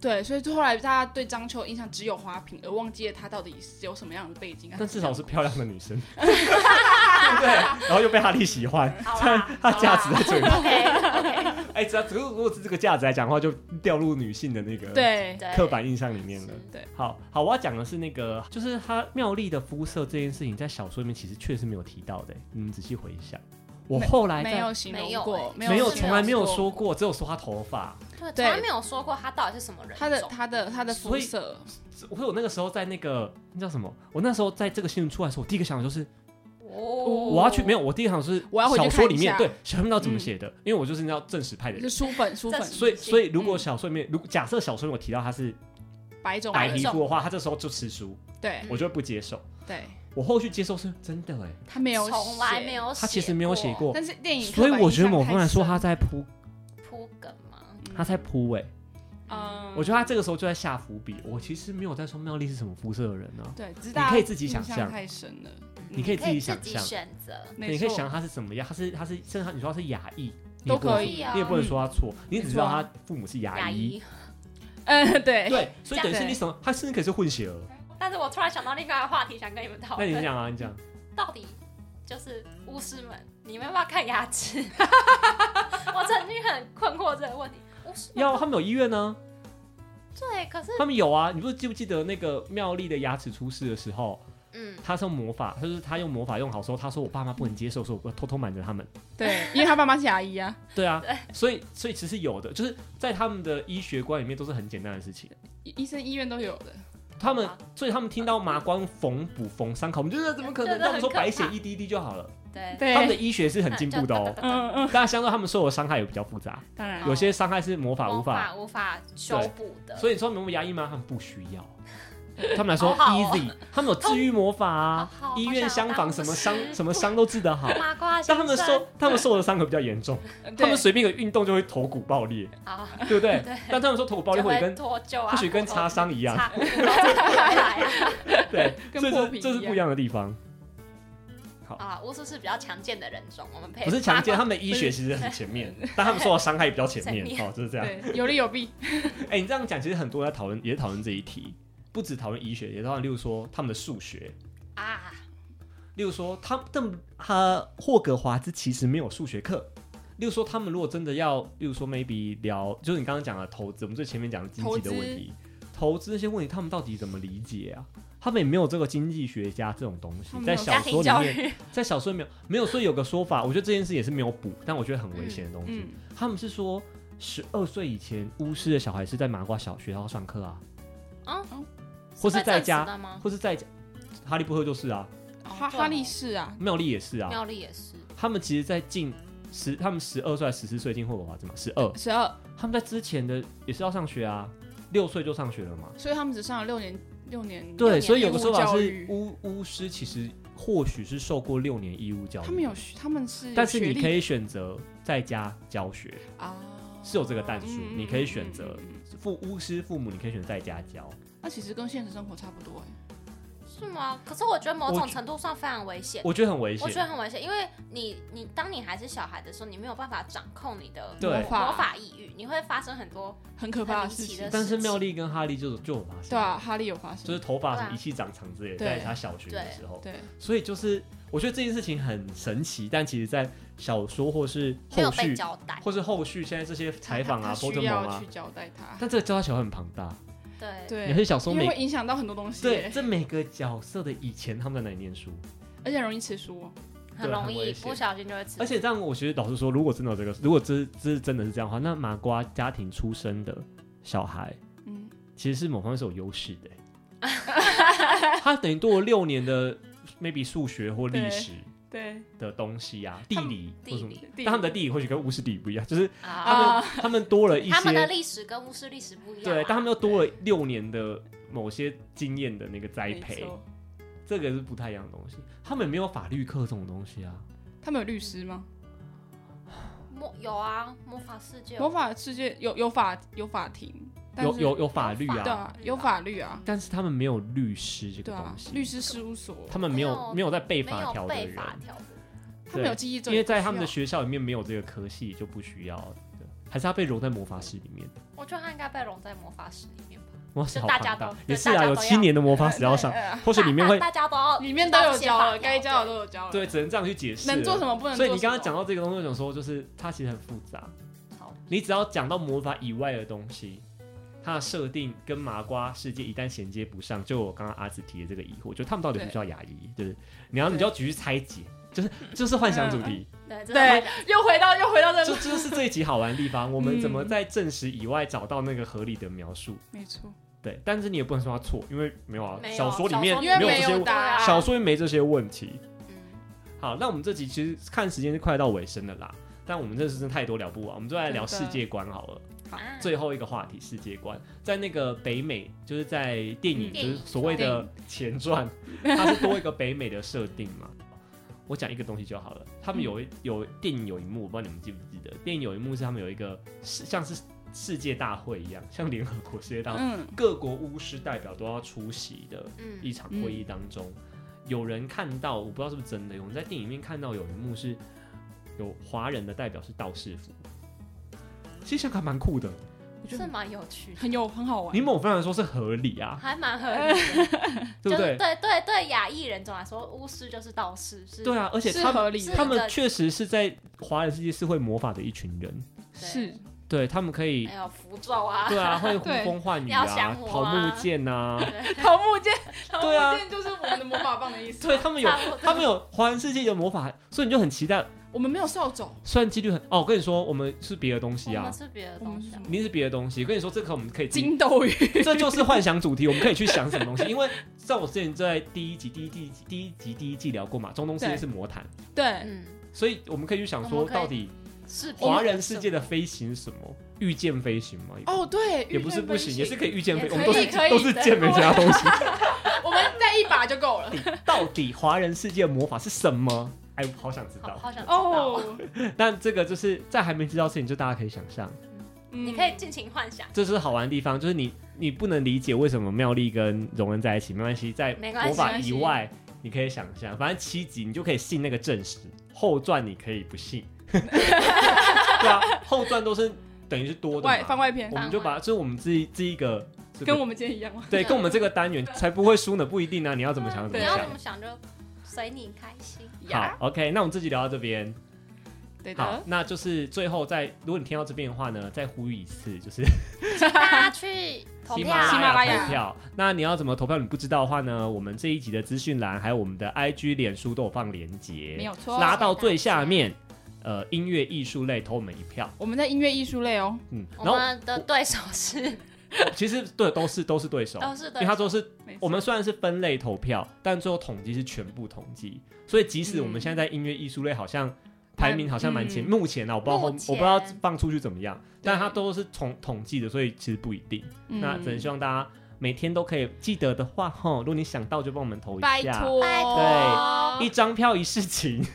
Speaker 3: 对，所以就后来大家对张秋的印象只有花瓶，而忘记了她到底是有什么样的背景。啊
Speaker 2: 但至 少是漂亮的女生， 对不对？然后又被哈利喜欢，
Speaker 4: 好
Speaker 2: 这 样
Speaker 4: 啦
Speaker 2: 他价值在这里。
Speaker 4: OK OK，
Speaker 2: 哎，只要只如果是这个价值来讲的话，就掉入女性的那个
Speaker 3: 对
Speaker 4: 对，
Speaker 2: 刻板印象里面了。
Speaker 3: 对
Speaker 2: 好好，我要讲的是那个，就是她妙丽的肤色这件事情，在小说里面其实确实没有提到的。你们仔细回想，我后来在
Speaker 3: 没有形
Speaker 4: 没
Speaker 3: 容
Speaker 4: 有
Speaker 3: 过，
Speaker 4: 欸
Speaker 2: 没有
Speaker 4: 是
Speaker 2: 从来没有说
Speaker 3: 过
Speaker 2: 过，只有说她头发。
Speaker 4: 对，从
Speaker 3: 对
Speaker 4: 来没有说过他到底是什么人
Speaker 3: 她的
Speaker 4: 种。
Speaker 3: 她的她的
Speaker 2: 所
Speaker 3: 肤
Speaker 2: 以
Speaker 3: 色，
Speaker 2: 所以我那个时候在那个那叫什么？我那时候在这个新闻出来的时候，我第一个想法就是
Speaker 4: 哦
Speaker 2: 我要去没有，我第一个想法是
Speaker 3: 我要回去
Speaker 2: 小说里面
Speaker 3: 看一
Speaker 2: 对
Speaker 3: 下嗯
Speaker 2: 小说到怎么写的，因为我就是你知道正史派的
Speaker 3: 就是
Speaker 2: 人，
Speaker 3: 书本书
Speaker 4: 这
Speaker 3: 本，
Speaker 2: 所以所以如果
Speaker 3: 嗯
Speaker 2: 小说里面，如假设小说里面有提到她是
Speaker 3: 白种
Speaker 2: 白
Speaker 3: 人
Speaker 2: 皮肤的话，她这时候就吃书，
Speaker 3: 对
Speaker 2: 我就会不接受。
Speaker 3: 对，
Speaker 2: 我后续接受是真的哎，
Speaker 3: 他没有
Speaker 4: 从来没
Speaker 3: 有，
Speaker 4: 有，
Speaker 2: 她其实没有写过，
Speaker 3: 但哦是哦电影刻
Speaker 2: 所以
Speaker 3: 板
Speaker 2: 我
Speaker 3: 印
Speaker 2: 觉得
Speaker 3: 象
Speaker 2: 某
Speaker 3: 太
Speaker 2: 方面来说，
Speaker 3: 深
Speaker 2: 他在铺，
Speaker 4: 铺梗嘛。
Speaker 2: 他在铺哎、
Speaker 3: 嗯，
Speaker 2: 我觉得他这个时候就在下伏笔。我其实没有在说妙丽是什么肤色的人呢、啊，
Speaker 3: 对，只是
Speaker 2: 你
Speaker 3: 大家
Speaker 2: 可以自己
Speaker 3: 印
Speaker 2: 想
Speaker 3: 象
Speaker 2: 象
Speaker 3: 太深了，嗯
Speaker 2: 你可以自己想
Speaker 4: 自己
Speaker 2: 象
Speaker 4: 选择。
Speaker 3: 没
Speaker 2: 你可以
Speaker 3: 错
Speaker 2: 想他是什么样，他是他是，甚至他你说他是亚裔，你也
Speaker 3: 都
Speaker 2: 不能
Speaker 3: 可
Speaker 2: 说
Speaker 3: 以
Speaker 4: 啊
Speaker 2: 你也不能说他错，你只知道
Speaker 3: 没错啊
Speaker 2: 他父母是
Speaker 4: 牙
Speaker 2: 牙医，
Speaker 4: 医，
Speaker 3: 嗯，对，
Speaker 2: 对，所以等于
Speaker 3: 这
Speaker 2: 是
Speaker 3: 样
Speaker 2: 你什么，他甚至可以是混血儿。
Speaker 4: 但是我突然想到另外一个话题，想跟你们讨
Speaker 2: 那
Speaker 4: 论。
Speaker 2: 你讲啊，你讲，
Speaker 4: 到底就是巫师们，你们要不要看牙齿？我曾经很困惑这个问题。巫师们
Speaker 2: 要他们有医院呢、
Speaker 4: 对，可是
Speaker 2: 他们有啊。你不是记不记得那个妙丽的牙齿出事的时候，
Speaker 4: 嗯，
Speaker 2: 他是用魔法，他就是他用魔法用好之后，他说我爸妈不能接受，所以我偷偷瞒着他们。
Speaker 3: 对，因为他爸妈是牙医啊，
Speaker 2: 对啊，所以所以其实有的，就是在他们的医学观里面都是很简单的事情。
Speaker 3: 医医生医院都有的，
Speaker 2: 他们
Speaker 4: 好吧
Speaker 2: 所以他们听到麻瓜缝补缝伤口，我们觉得怎么可能？
Speaker 4: 对这
Speaker 2: 他们说
Speaker 4: 很可怕
Speaker 2: 白写一滴一滴就好了。
Speaker 4: 对，
Speaker 2: 他们的
Speaker 3: 对，
Speaker 2: 医学是很进步的 哦，
Speaker 3: 嗯嗯，
Speaker 2: 但相对他们受的伤害也比较复杂，
Speaker 3: 当然
Speaker 4: 哦
Speaker 2: 有些伤害是魔法无
Speaker 4: 无
Speaker 2: 法。
Speaker 4: 无法修补的。
Speaker 2: 所以你说没有牙医吗？他们不需 要。他们来说
Speaker 4: 好好哦
Speaker 2: easy，他们有治愈魔法啊
Speaker 4: 好好，
Speaker 2: 医院相
Speaker 4: 好
Speaker 2: 防
Speaker 4: 想
Speaker 2: 什
Speaker 4: 要当
Speaker 2: 么
Speaker 4: 护
Speaker 2: 伤
Speaker 4: 士
Speaker 2: 什么伤都治得 好。
Speaker 4: 麻瓜先
Speaker 2: 但
Speaker 4: 生
Speaker 2: 他们受他们受的伤口比较严重，他们随便一个运动就会头骨爆裂，
Speaker 4: 啊，
Speaker 2: 对不对
Speaker 4: 对？
Speaker 2: 但他们说头骨爆裂
Speaker 4: 就
Speaker 2: 会
Speaker 4: 会
Speaker 2: 跟
Speaker 4: 脱臼啊，
Speaker 2: 或许跟擦伤一
Speaker 4: 一
Speaker 2: 样，
Speaker 4: 擦骨头出来啊
Speaker 2: 对，
Speaker 3: 跟
Speaker 2: 所以
Speaker 3: 破
Speaker 2: 这
Speaker 3: 皮
Speaker 2: 这是
Speaker 3: 一
Speaker 2: 不一样的地方，
Speaker 4: 啊，巫师是比较强健的人种，我们配
Speaker 2: 不是强奸，他们的医学其实很前面，但他们受到伤害也比较前面
Speaker 4: 前，面
Speaker 2: 哦，就是这样。
Speaker 3: 对，有利 有弊，
Speaker 2: 哎、你这样讲，其实很多人在讨论，也讨论这一题，不止讨论医学，也讨论，例如说他们的数学，
Speaker 4: 啊，
Speaker 2: 例如说他们他霍格华兹其实没有数学课。例如说，他们如果真的要，例如说 maybe 聊，就是你刚刚讲的投资，我们最前面讲的经济的问题，投资那些问题，他们到底怎么理解啊？他们也没有这个经济学家这种东西
Speaker 3: 他，们没
Speaker 2: 在
Speaker 3: 有
Speaker 2: 小
Speaker 4: 家
Speaker 2: 说
Speaker 4: 庭
Speaker 2: 里
Speaker 4: 教
Speaker 2: 面
Speaker 4: 育
Speaker 2: 在小说里面没有说有个说法，我觉得这件事也是没有补，但我觉得很危险的东西。
Speaker 3: 嗯，
Speaker 2: 他们是说十二岁以前巫师的小孩是在麻瓜小学要上课啊，
Speaker 4: 啊，
Speaker 2: 或是在
Speaker 4: 会证实
Speaker 2: 家，
Speaker 4: 的吗？
Speaker 2: 或是在家。哈利波特就是啊，
Speaker 4: 哦
Speaker 3: 哈哈利士啊，
Speaker 2: 妙丽也是啊，
Speaker 4: 妙丽也是，
Speaker 2: 他们其实，在进十，他们十二岁还是十四岁进霍格华兹嘛，十二，
Speaker 3: 十二，
Speaker 2: 他们在之前的也是要上学啊，六岁就上学了嘛。
Speaker 3: 所以他们只上了六年六年，六
Speaker 2: 对，
Speaker 3: 年
Speaker 2: 所以有
Speaker 3: 义
Speaker 2: 个
Speaker 3: 务
Speaker 2: 说法
Speaker 3: 教
Speaker 2: 是
Speaker 3: 育，
Speaker 2: 巫巫师其实或许是受过六年义务教育，
Speaker 3: 他们有，学，他们是有
Speaker 2: 但是
Speaker 3: 学
Speaker 2: 你
Speaker 3: 历
Speaker 2: 可以选择在家教学。
Speaker 3: 啊，
Speaker 2: 是有这个弹数
Speaker 3: 嗯
Speaker 2: 你可以选择。
Speaker 3: 嗯嗯嗯嗯
Speaker 2: 父巫师父母，你可以选择在家教。
Speaker 3: 那其实跟现实生活差不多哎，
Speaker 4: 是吗？可是我觉得某
Speaker 2: 我
Speaker 4: 种
Speaker 2: 觉
Speaker 4: 程度上非常危险。
Speaker 2: 我觉得很危
Speaker 4: 我觉
Speaker 2: 险。
Speaker 4: 得很危险，因为你你当你还是小孩的时候，你没有办法掌控你的
Speaker 2: 对
Speaker 4: 魔
Speaker 3: 魔法
Speaker 4: 魔法抑郁，你会发生很多
Speaker 3: 很可怕的事
Speaker 4: 很离奇
Speaker 3: 情
Speaker 4: 的。
Speaker 2: 但是妙丽跟哈利就就有发生，
Speaker 3: 对啊，，哈利有发生，
Speaker 2: 就是头发什
Speaker 4: 对
Speaker 2: 么
Speaker 4: 啊
Speaker 2: 一气长长之类的，
Speaker 3: 对
Speaker 2: 在他小学的时候，
Speaker 3: 对，
Speaker 2: 所以就是我觉得这件事情很神奇，但其实在小说或是
Speaker 4: 没有
Speaker 2: 后
Speaker 4: 被
Speaker 2: 续，
Speaker 4: 交代。
Speaker 2: 或是后续现在这些采访
Speaker 3: 他
Speaker 2: 啊、波特
Speaker 3: 需
Speaker 2: 蒙
Speaker 3: 要
Speaker 2: 啊
Speaker 3: 去，交代他，
Speaker 2: 但这个教他小孩很庞大，
Speaker 4: 对，
Speaker 2: 有
Speaker 3: 对，
Speaker 2: 些小说
Speaker 3: 因为
Speaker 2: 每
Speaker 3: 会影响到很多东西
Speaker 2: 对
Speaker 3: 耶，
Speaker 2: 这每个角色的以前他们在哪里念书，
Speaker 3: 而且很容易吃书哦。
Speaker 4: 很容
Speaker 2: 很危
Speaker 4: 易
Speaker 2: 险
Speaker 4: 不小心就会吃。
Speaker 2: 而且这样，我其实老实说，如果真的有这个，如果这这真的是这样的话，那麻瓜家庭出生的小孩
Speaker 3: 嗯，
Speaker 2: 其实是某方面是有优势的 欸，他等于多了六年的 maybe 数学或历史
Speaker 3: 对，
Speaker 2: 的东西啊，地理或
Speaker 4: 地
Speaker 2: 什么。
Speaker 4: 理
Speaker 2: 但他们的地理或许跟巫师地理不一样，就是他
Speaker 4: 啊，
Speaker 2: 们、
Speaker 3: 啊
Speaker 2: 他们多了一
Speaker 4: 他们的
Speaker 2: 些
Speaker 4: 历史跟巫师历史不一样啊。
Speaker 2: 对，但他们又多了六年的某些经验的那个栽
Speaker 3: 没
Speaker 2: 培，
Speaker 3: 错。
Speaker 2: 这个是不太一样的东西。他们也没有法律课这种东西啊，
Speaker 3: 他们有律师吗？
Speaker 4: 魔有啊，魔法世界有
Speaker 3: 魔法世界有有法有法庭，但
Speaker 2: 有
Speaker 3: 是
Speaker 2: 有有法律
Speaker 4: 有
Speaker 3: 对
Speaker 2: 啊，
Speaker 3: 啊，有法律啊，
Speaker 2: 但是他们没有律师这个
Speaker 3: 对啊
Speaker 2: 东，西，
Speaker 3: 律师事务所
Speaker 2: 他们没有
Speaker 4: 没有
Speaker 2: 没有在背
Speaker 4: 没
Speaker 2: 法
Speaker 4: 有
Speaker 2: 条的
Speaker 4: 被
Speaker 2: 人，
Speaker 4: 法条的
Speaker 3: 他们有记忆
Speaker 2: 因
Speaker 3: 症，
Speaker 2: 为在他们的
Speaker 3: 不需
Speaker 2: 学校里面没有这个科系，就不需要。对还是他被融在魔法室里面，
Speaker 4: 我觉得他应该被融在魔法石里面吧，
Speaker 2: 哇塞，
Speaker 4: 就
Speaker 2: 好
Speaker 4: 大
Speaker 2: 庞
Speaker 4: 家
Speaker 2: 大
Speaker 4: 都
Speaker 2: 也
Speaker 4: 对
Speaker 2: 是
Speaker 4: 大
Speaker 2: 啊，
Speaker 4: 家
Speaker 2: 有
Speaker 4: 都
Speaker 2: 七
Speaker 4: 要
Speaker 2: 年的魔
Speaker 3: 要
Speaker 2: 法史要上
Speaker 3: 对，呃
Speaker 2: 或许里面
Speaker 4: 大
Speaker 2: 会
Speaker 4: 大家都要
Speaker 3: 里面都有教了，
Speaker 4: 知道
Speaker 3: 该教的都
Speaker 4: 有。
Speaker 3: 有教了，
Speaker 2: 对，，只能这样去解释了。
Speaker 3: 能做什么不能做
Speaker 2: 所
Speaker 3: 什
Speaker 2: 以
Speaker 3: 么。
Speaker 2: 你刚刚讲到这个东西，我想说，就是它其实很复杂。
Speaker 4: 好
Speaker 2: 你只要讲到魔法以外的东西，它的设定跟麻瓜世界一旦衔接不上，就我刚刚阿紫提的这个疑惑，就他们到底不需要牙医，对不对？然后你就要继续拆解，就是就是幻想主题，
Speaker 4: 对真的
Speaker 3: 对
Speaker 4: 会，
Speaker 3: 又回到又回到这
Speaker 2: 就
Speaker 3: 个，
Speaker 2: 这就是这一集好玩的地方。我们怎么
Speaker 3: 嗯
Speaker 2: 在证实以外找到那个合理的描述？
Speaker 3: 没错，
Speaker 2: 对，但是你也不能说它错，因为没有啊，
Speaker 4: 没有
Speaker 2: 小说里面
Speaker 4: 小
Speaker 3: 因为
Speaker 2: 没有
Speaker 3: 没
Speaker 2: 这些
Speaker 3: 有
Speaker 2: 问，
Speaker 3: 答案，
Speaker 2: 小说里没这些问题。
Speaker 4: 嗯，
Speaker 2: 好，那我们这集其实看时间是快到尾声的啦，但我们这次真的太多聊不完，我们就来聊
Speaker 3: 真
Speaker 2: 世
Speaker 3: 的嗯
Speaker 2: 界观好了。
Speaker 4: 啊
Speaker 2: 最后一个话题，世界观，在那个北美，就是在电影，
Speaker 4: 嗯
Speaker 2: 就是所谓
Speaker 3: 电
Speaker 2: 的
Speaker 3: 影
Speaker 2: 前传，它是多一个北美的设定嘛。我讲一个东西就好了，他们
Speaker 3: 嗯
Speaker 2: 有一有电影有一幕，我不知道你们记不记得，电影有一幕是他们有一个是像是世界大会一样，像联合国世界大会，
Speaker 3: 嗯，
Speaker 2: 各国巫师代表都要出席的一
Speaker 4: 嗯，
Speaker 2: 场会议当中，有人看到，我不知道是不是真的，我们在电影里面看到有一幕是有华人的代表是道士服，其实想还蛮酷的。
Speaker 3: 我觉
Speaker 2: 嗯
Speaker 4: 是
Speaker 3: 得
Speaker 4: 蛮有趣的，
Speaker 3: 很有很好玩
Speaker 2: 你。某方面来说是合理啊，
Speaker 4: 还蛮合理 的，
Speaker 2: 对不
Speaker 4: 就是
Speaker 2: 对？
Speaker 4: 对对对，亚裔人种来说，巫师就是道士，是
Speaker 2: 对啊，而且
Speaker 3: 是
Speaker 2: 他们
Speaker 3: 合理的，
Speaker 2: 他
Speaker 4: 是
Speaker 2: 们
Speaker 4: 的
Speaker 2: 确实是在华人世界是会魔法的一群人，
Speaker 3: 是
Speaker 2: 对他们可以
Speaker 4: 还，有符咒啊，
Speaker 2: 对啊，会 呼
Speaker 3: 对
Speaker 2: 风唤雨
Speaker 4: 要
Speaker 2: 啊，
Speaker 4: 降魔
Speaker 2: 桃
Speaker 4: 啊
Speaker 2: 木剑啊，
Speaker 3: 桃木剑，桃
Speaker 2: 对啊
Speaker 3: 木剑就是我们的魔法棒的意思。啊
Speaker 2: 对他们有
Speaker 4: 差不多
Speaker 2: 他们有华人世界有魔法，所以你就很期待。
Speaker 3: 我们没有扫帚，
Speaker 2: 虽然几率很哦，我跟你说，我们是别的东西
Speaker 4: 我
Speaker 2: 啊
Speaker 4: 们，是别的东西啊
Speaker 3: 我们是什，么
Speaker 2: 一定是别的东西。跟你说，这个我们可以自己
Speaker 3: 金斗鱼，
Speaker 2: 这就是幻想主题，我们可以去想什么东西。因 为在我之前在第一集、第一季、第一集、第一季聊过嘛，中东世界
Speaker 3: 对
Speaker 2: 是魔毯，
Speaker 3: 对，
Speaker 4: 嗯，
Speaker 2: 所以我们可以去想
Speaker 4: 我
Speaker 2: 说，
Speaker 4: 们可以哎
Speaker 2: 到底
Speaker 4: 是别的啊
Speaker 2: 华人世界的飞行是什么？御剑飞行吗？
Speaker 3: 哦对，
Speaker 2: 也不是
Speaker 3: 御剑
Speaker 2: 不行，
Speaker 3: 飞
Speaker 2: 也是可以御剑飞，
Speaker 4: 也
Speaker 2: 我们都
Speaker 4: 可
Speaker 2: 是
Speaker 4: 以可以
Speaker 2: 都是剑没其他东西。
Speaker 3: 我们带一把就够了。
Speaker 2: 到底华人世界的魔法是什么？哎，我 好想知
Speaker 4: 好
Speaker 2: 道。
Speaker 4: 好想知道哦，
Speaker 3: 哦，
Speaker 2: 但这个就是在还没知道之前，就大家可以想象，
Speaker 3: 嗯
Speaker 4: 你可以尽情幻想，
Speaker 2: 这是好玩的地方，就是你你不能理解为什么妙丽跟荣恩在一起，没关系，在
Speaker 4: 没关系
Speaker 2: 魔法
Speaker 3: 没关
Speaker 2: 以
Speaker 3: 系
Speaker 2: 外，你可以想象，反正七集你就可以信那个正史，后传你可以不信， 对啊，后传都是等于是多的
Speaker 3: 外番
Speaker 2: 嘛，
Speaker 3: 外篇
Speaker 2: 我，们就把这是我们这一这一个这个
Speaker 3: 跟我们今天一样吗？
Speaker 2: 对跟我们这个单元才不会输呢，不一定啊，你要怎么想怎么
Speaker 4: 你要
Speaker 2: 想
Speaker 4: 怎。么想就随你开心，
Speaker 2: 好，，OK，那我们这集聊到这边。
Speaker 3: 对
Speaker 2: 好
Speaker 3: 的，，
Speaker 2: 那就是最后再，如果你听到这边的话呢，再呼吁一次，就是
Speaker 4: 请大家去投
Speaker 2: 喜
Speaker 4: 票，
Speaker 2: 马
Speaker 3: 喜马
Speaker 2: 拉
Speaker 3: 拉
Speaker 2: 雅
Speaker 3: 雅
Speaker 2: 投票。那你要怎么投票？你不知道的话呢？我们这一集的资讯栏还有我们的 IG、脸书都有放链接，
Speaker 3: 没有错。
Speaker 2: 拉到最下面。呃，音乐艺术类投我们一票，
Speaker 3: 我们在音乐艺术类哦，
Speaker 2: 嗯，
Speaker 4: 我
Speaker 2: 然后
Speaker 4: 们的对手是
Speaker 2: 其实对都是都是对手，
Speaker 4: 都是
Speaker 2: 因为
Speaker 4: 哦对手
Speaker 2: 他都是
Speaker 3: 没错
Speaker 2: 我们虽然是分类投票，但最后统计是全部统计，所以即使我们
Speaker 3: 嗯
Speaker 2: 现在在音乐艺术类好像排名好像蛮前，
Speaker 3: 嗯
Speaker 2: 目前呢啊我不知道后
Speaker 4: 目
Speaker 2: 我
Speaker 4: 前
Speaker 2: 不知道放出去怎么样，但
Speaker 3: 对
Speaker 2: 它都是统统计的，所以其实不一定。
Speaker 3: 嗯
Speaker 2: 那只能希望大家每天都可以记得的话，吼，如果你想到就帮我们投一
Speaker 3: 拜
Speaker 2: 下，
Speaker 3: 托，
Speaker 4: 拜托
Speaker 2: 对一张票一事 情，谢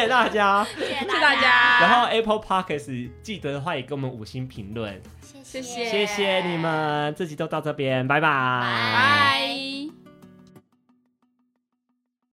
Speaker 2: 谢大家。
Speaker 4: 谢
Speaker 3: 谢谢大，家，
Speaker 2: 然后 Apple Podcast 记得的话也给我们五星评论，
Speaker 4: 谢
Speaker 3: 谢
Speaker 2: 谢谢你，们，这集就到这边，拜拜
Speaker 4: 拜
Speaker 3: 拜。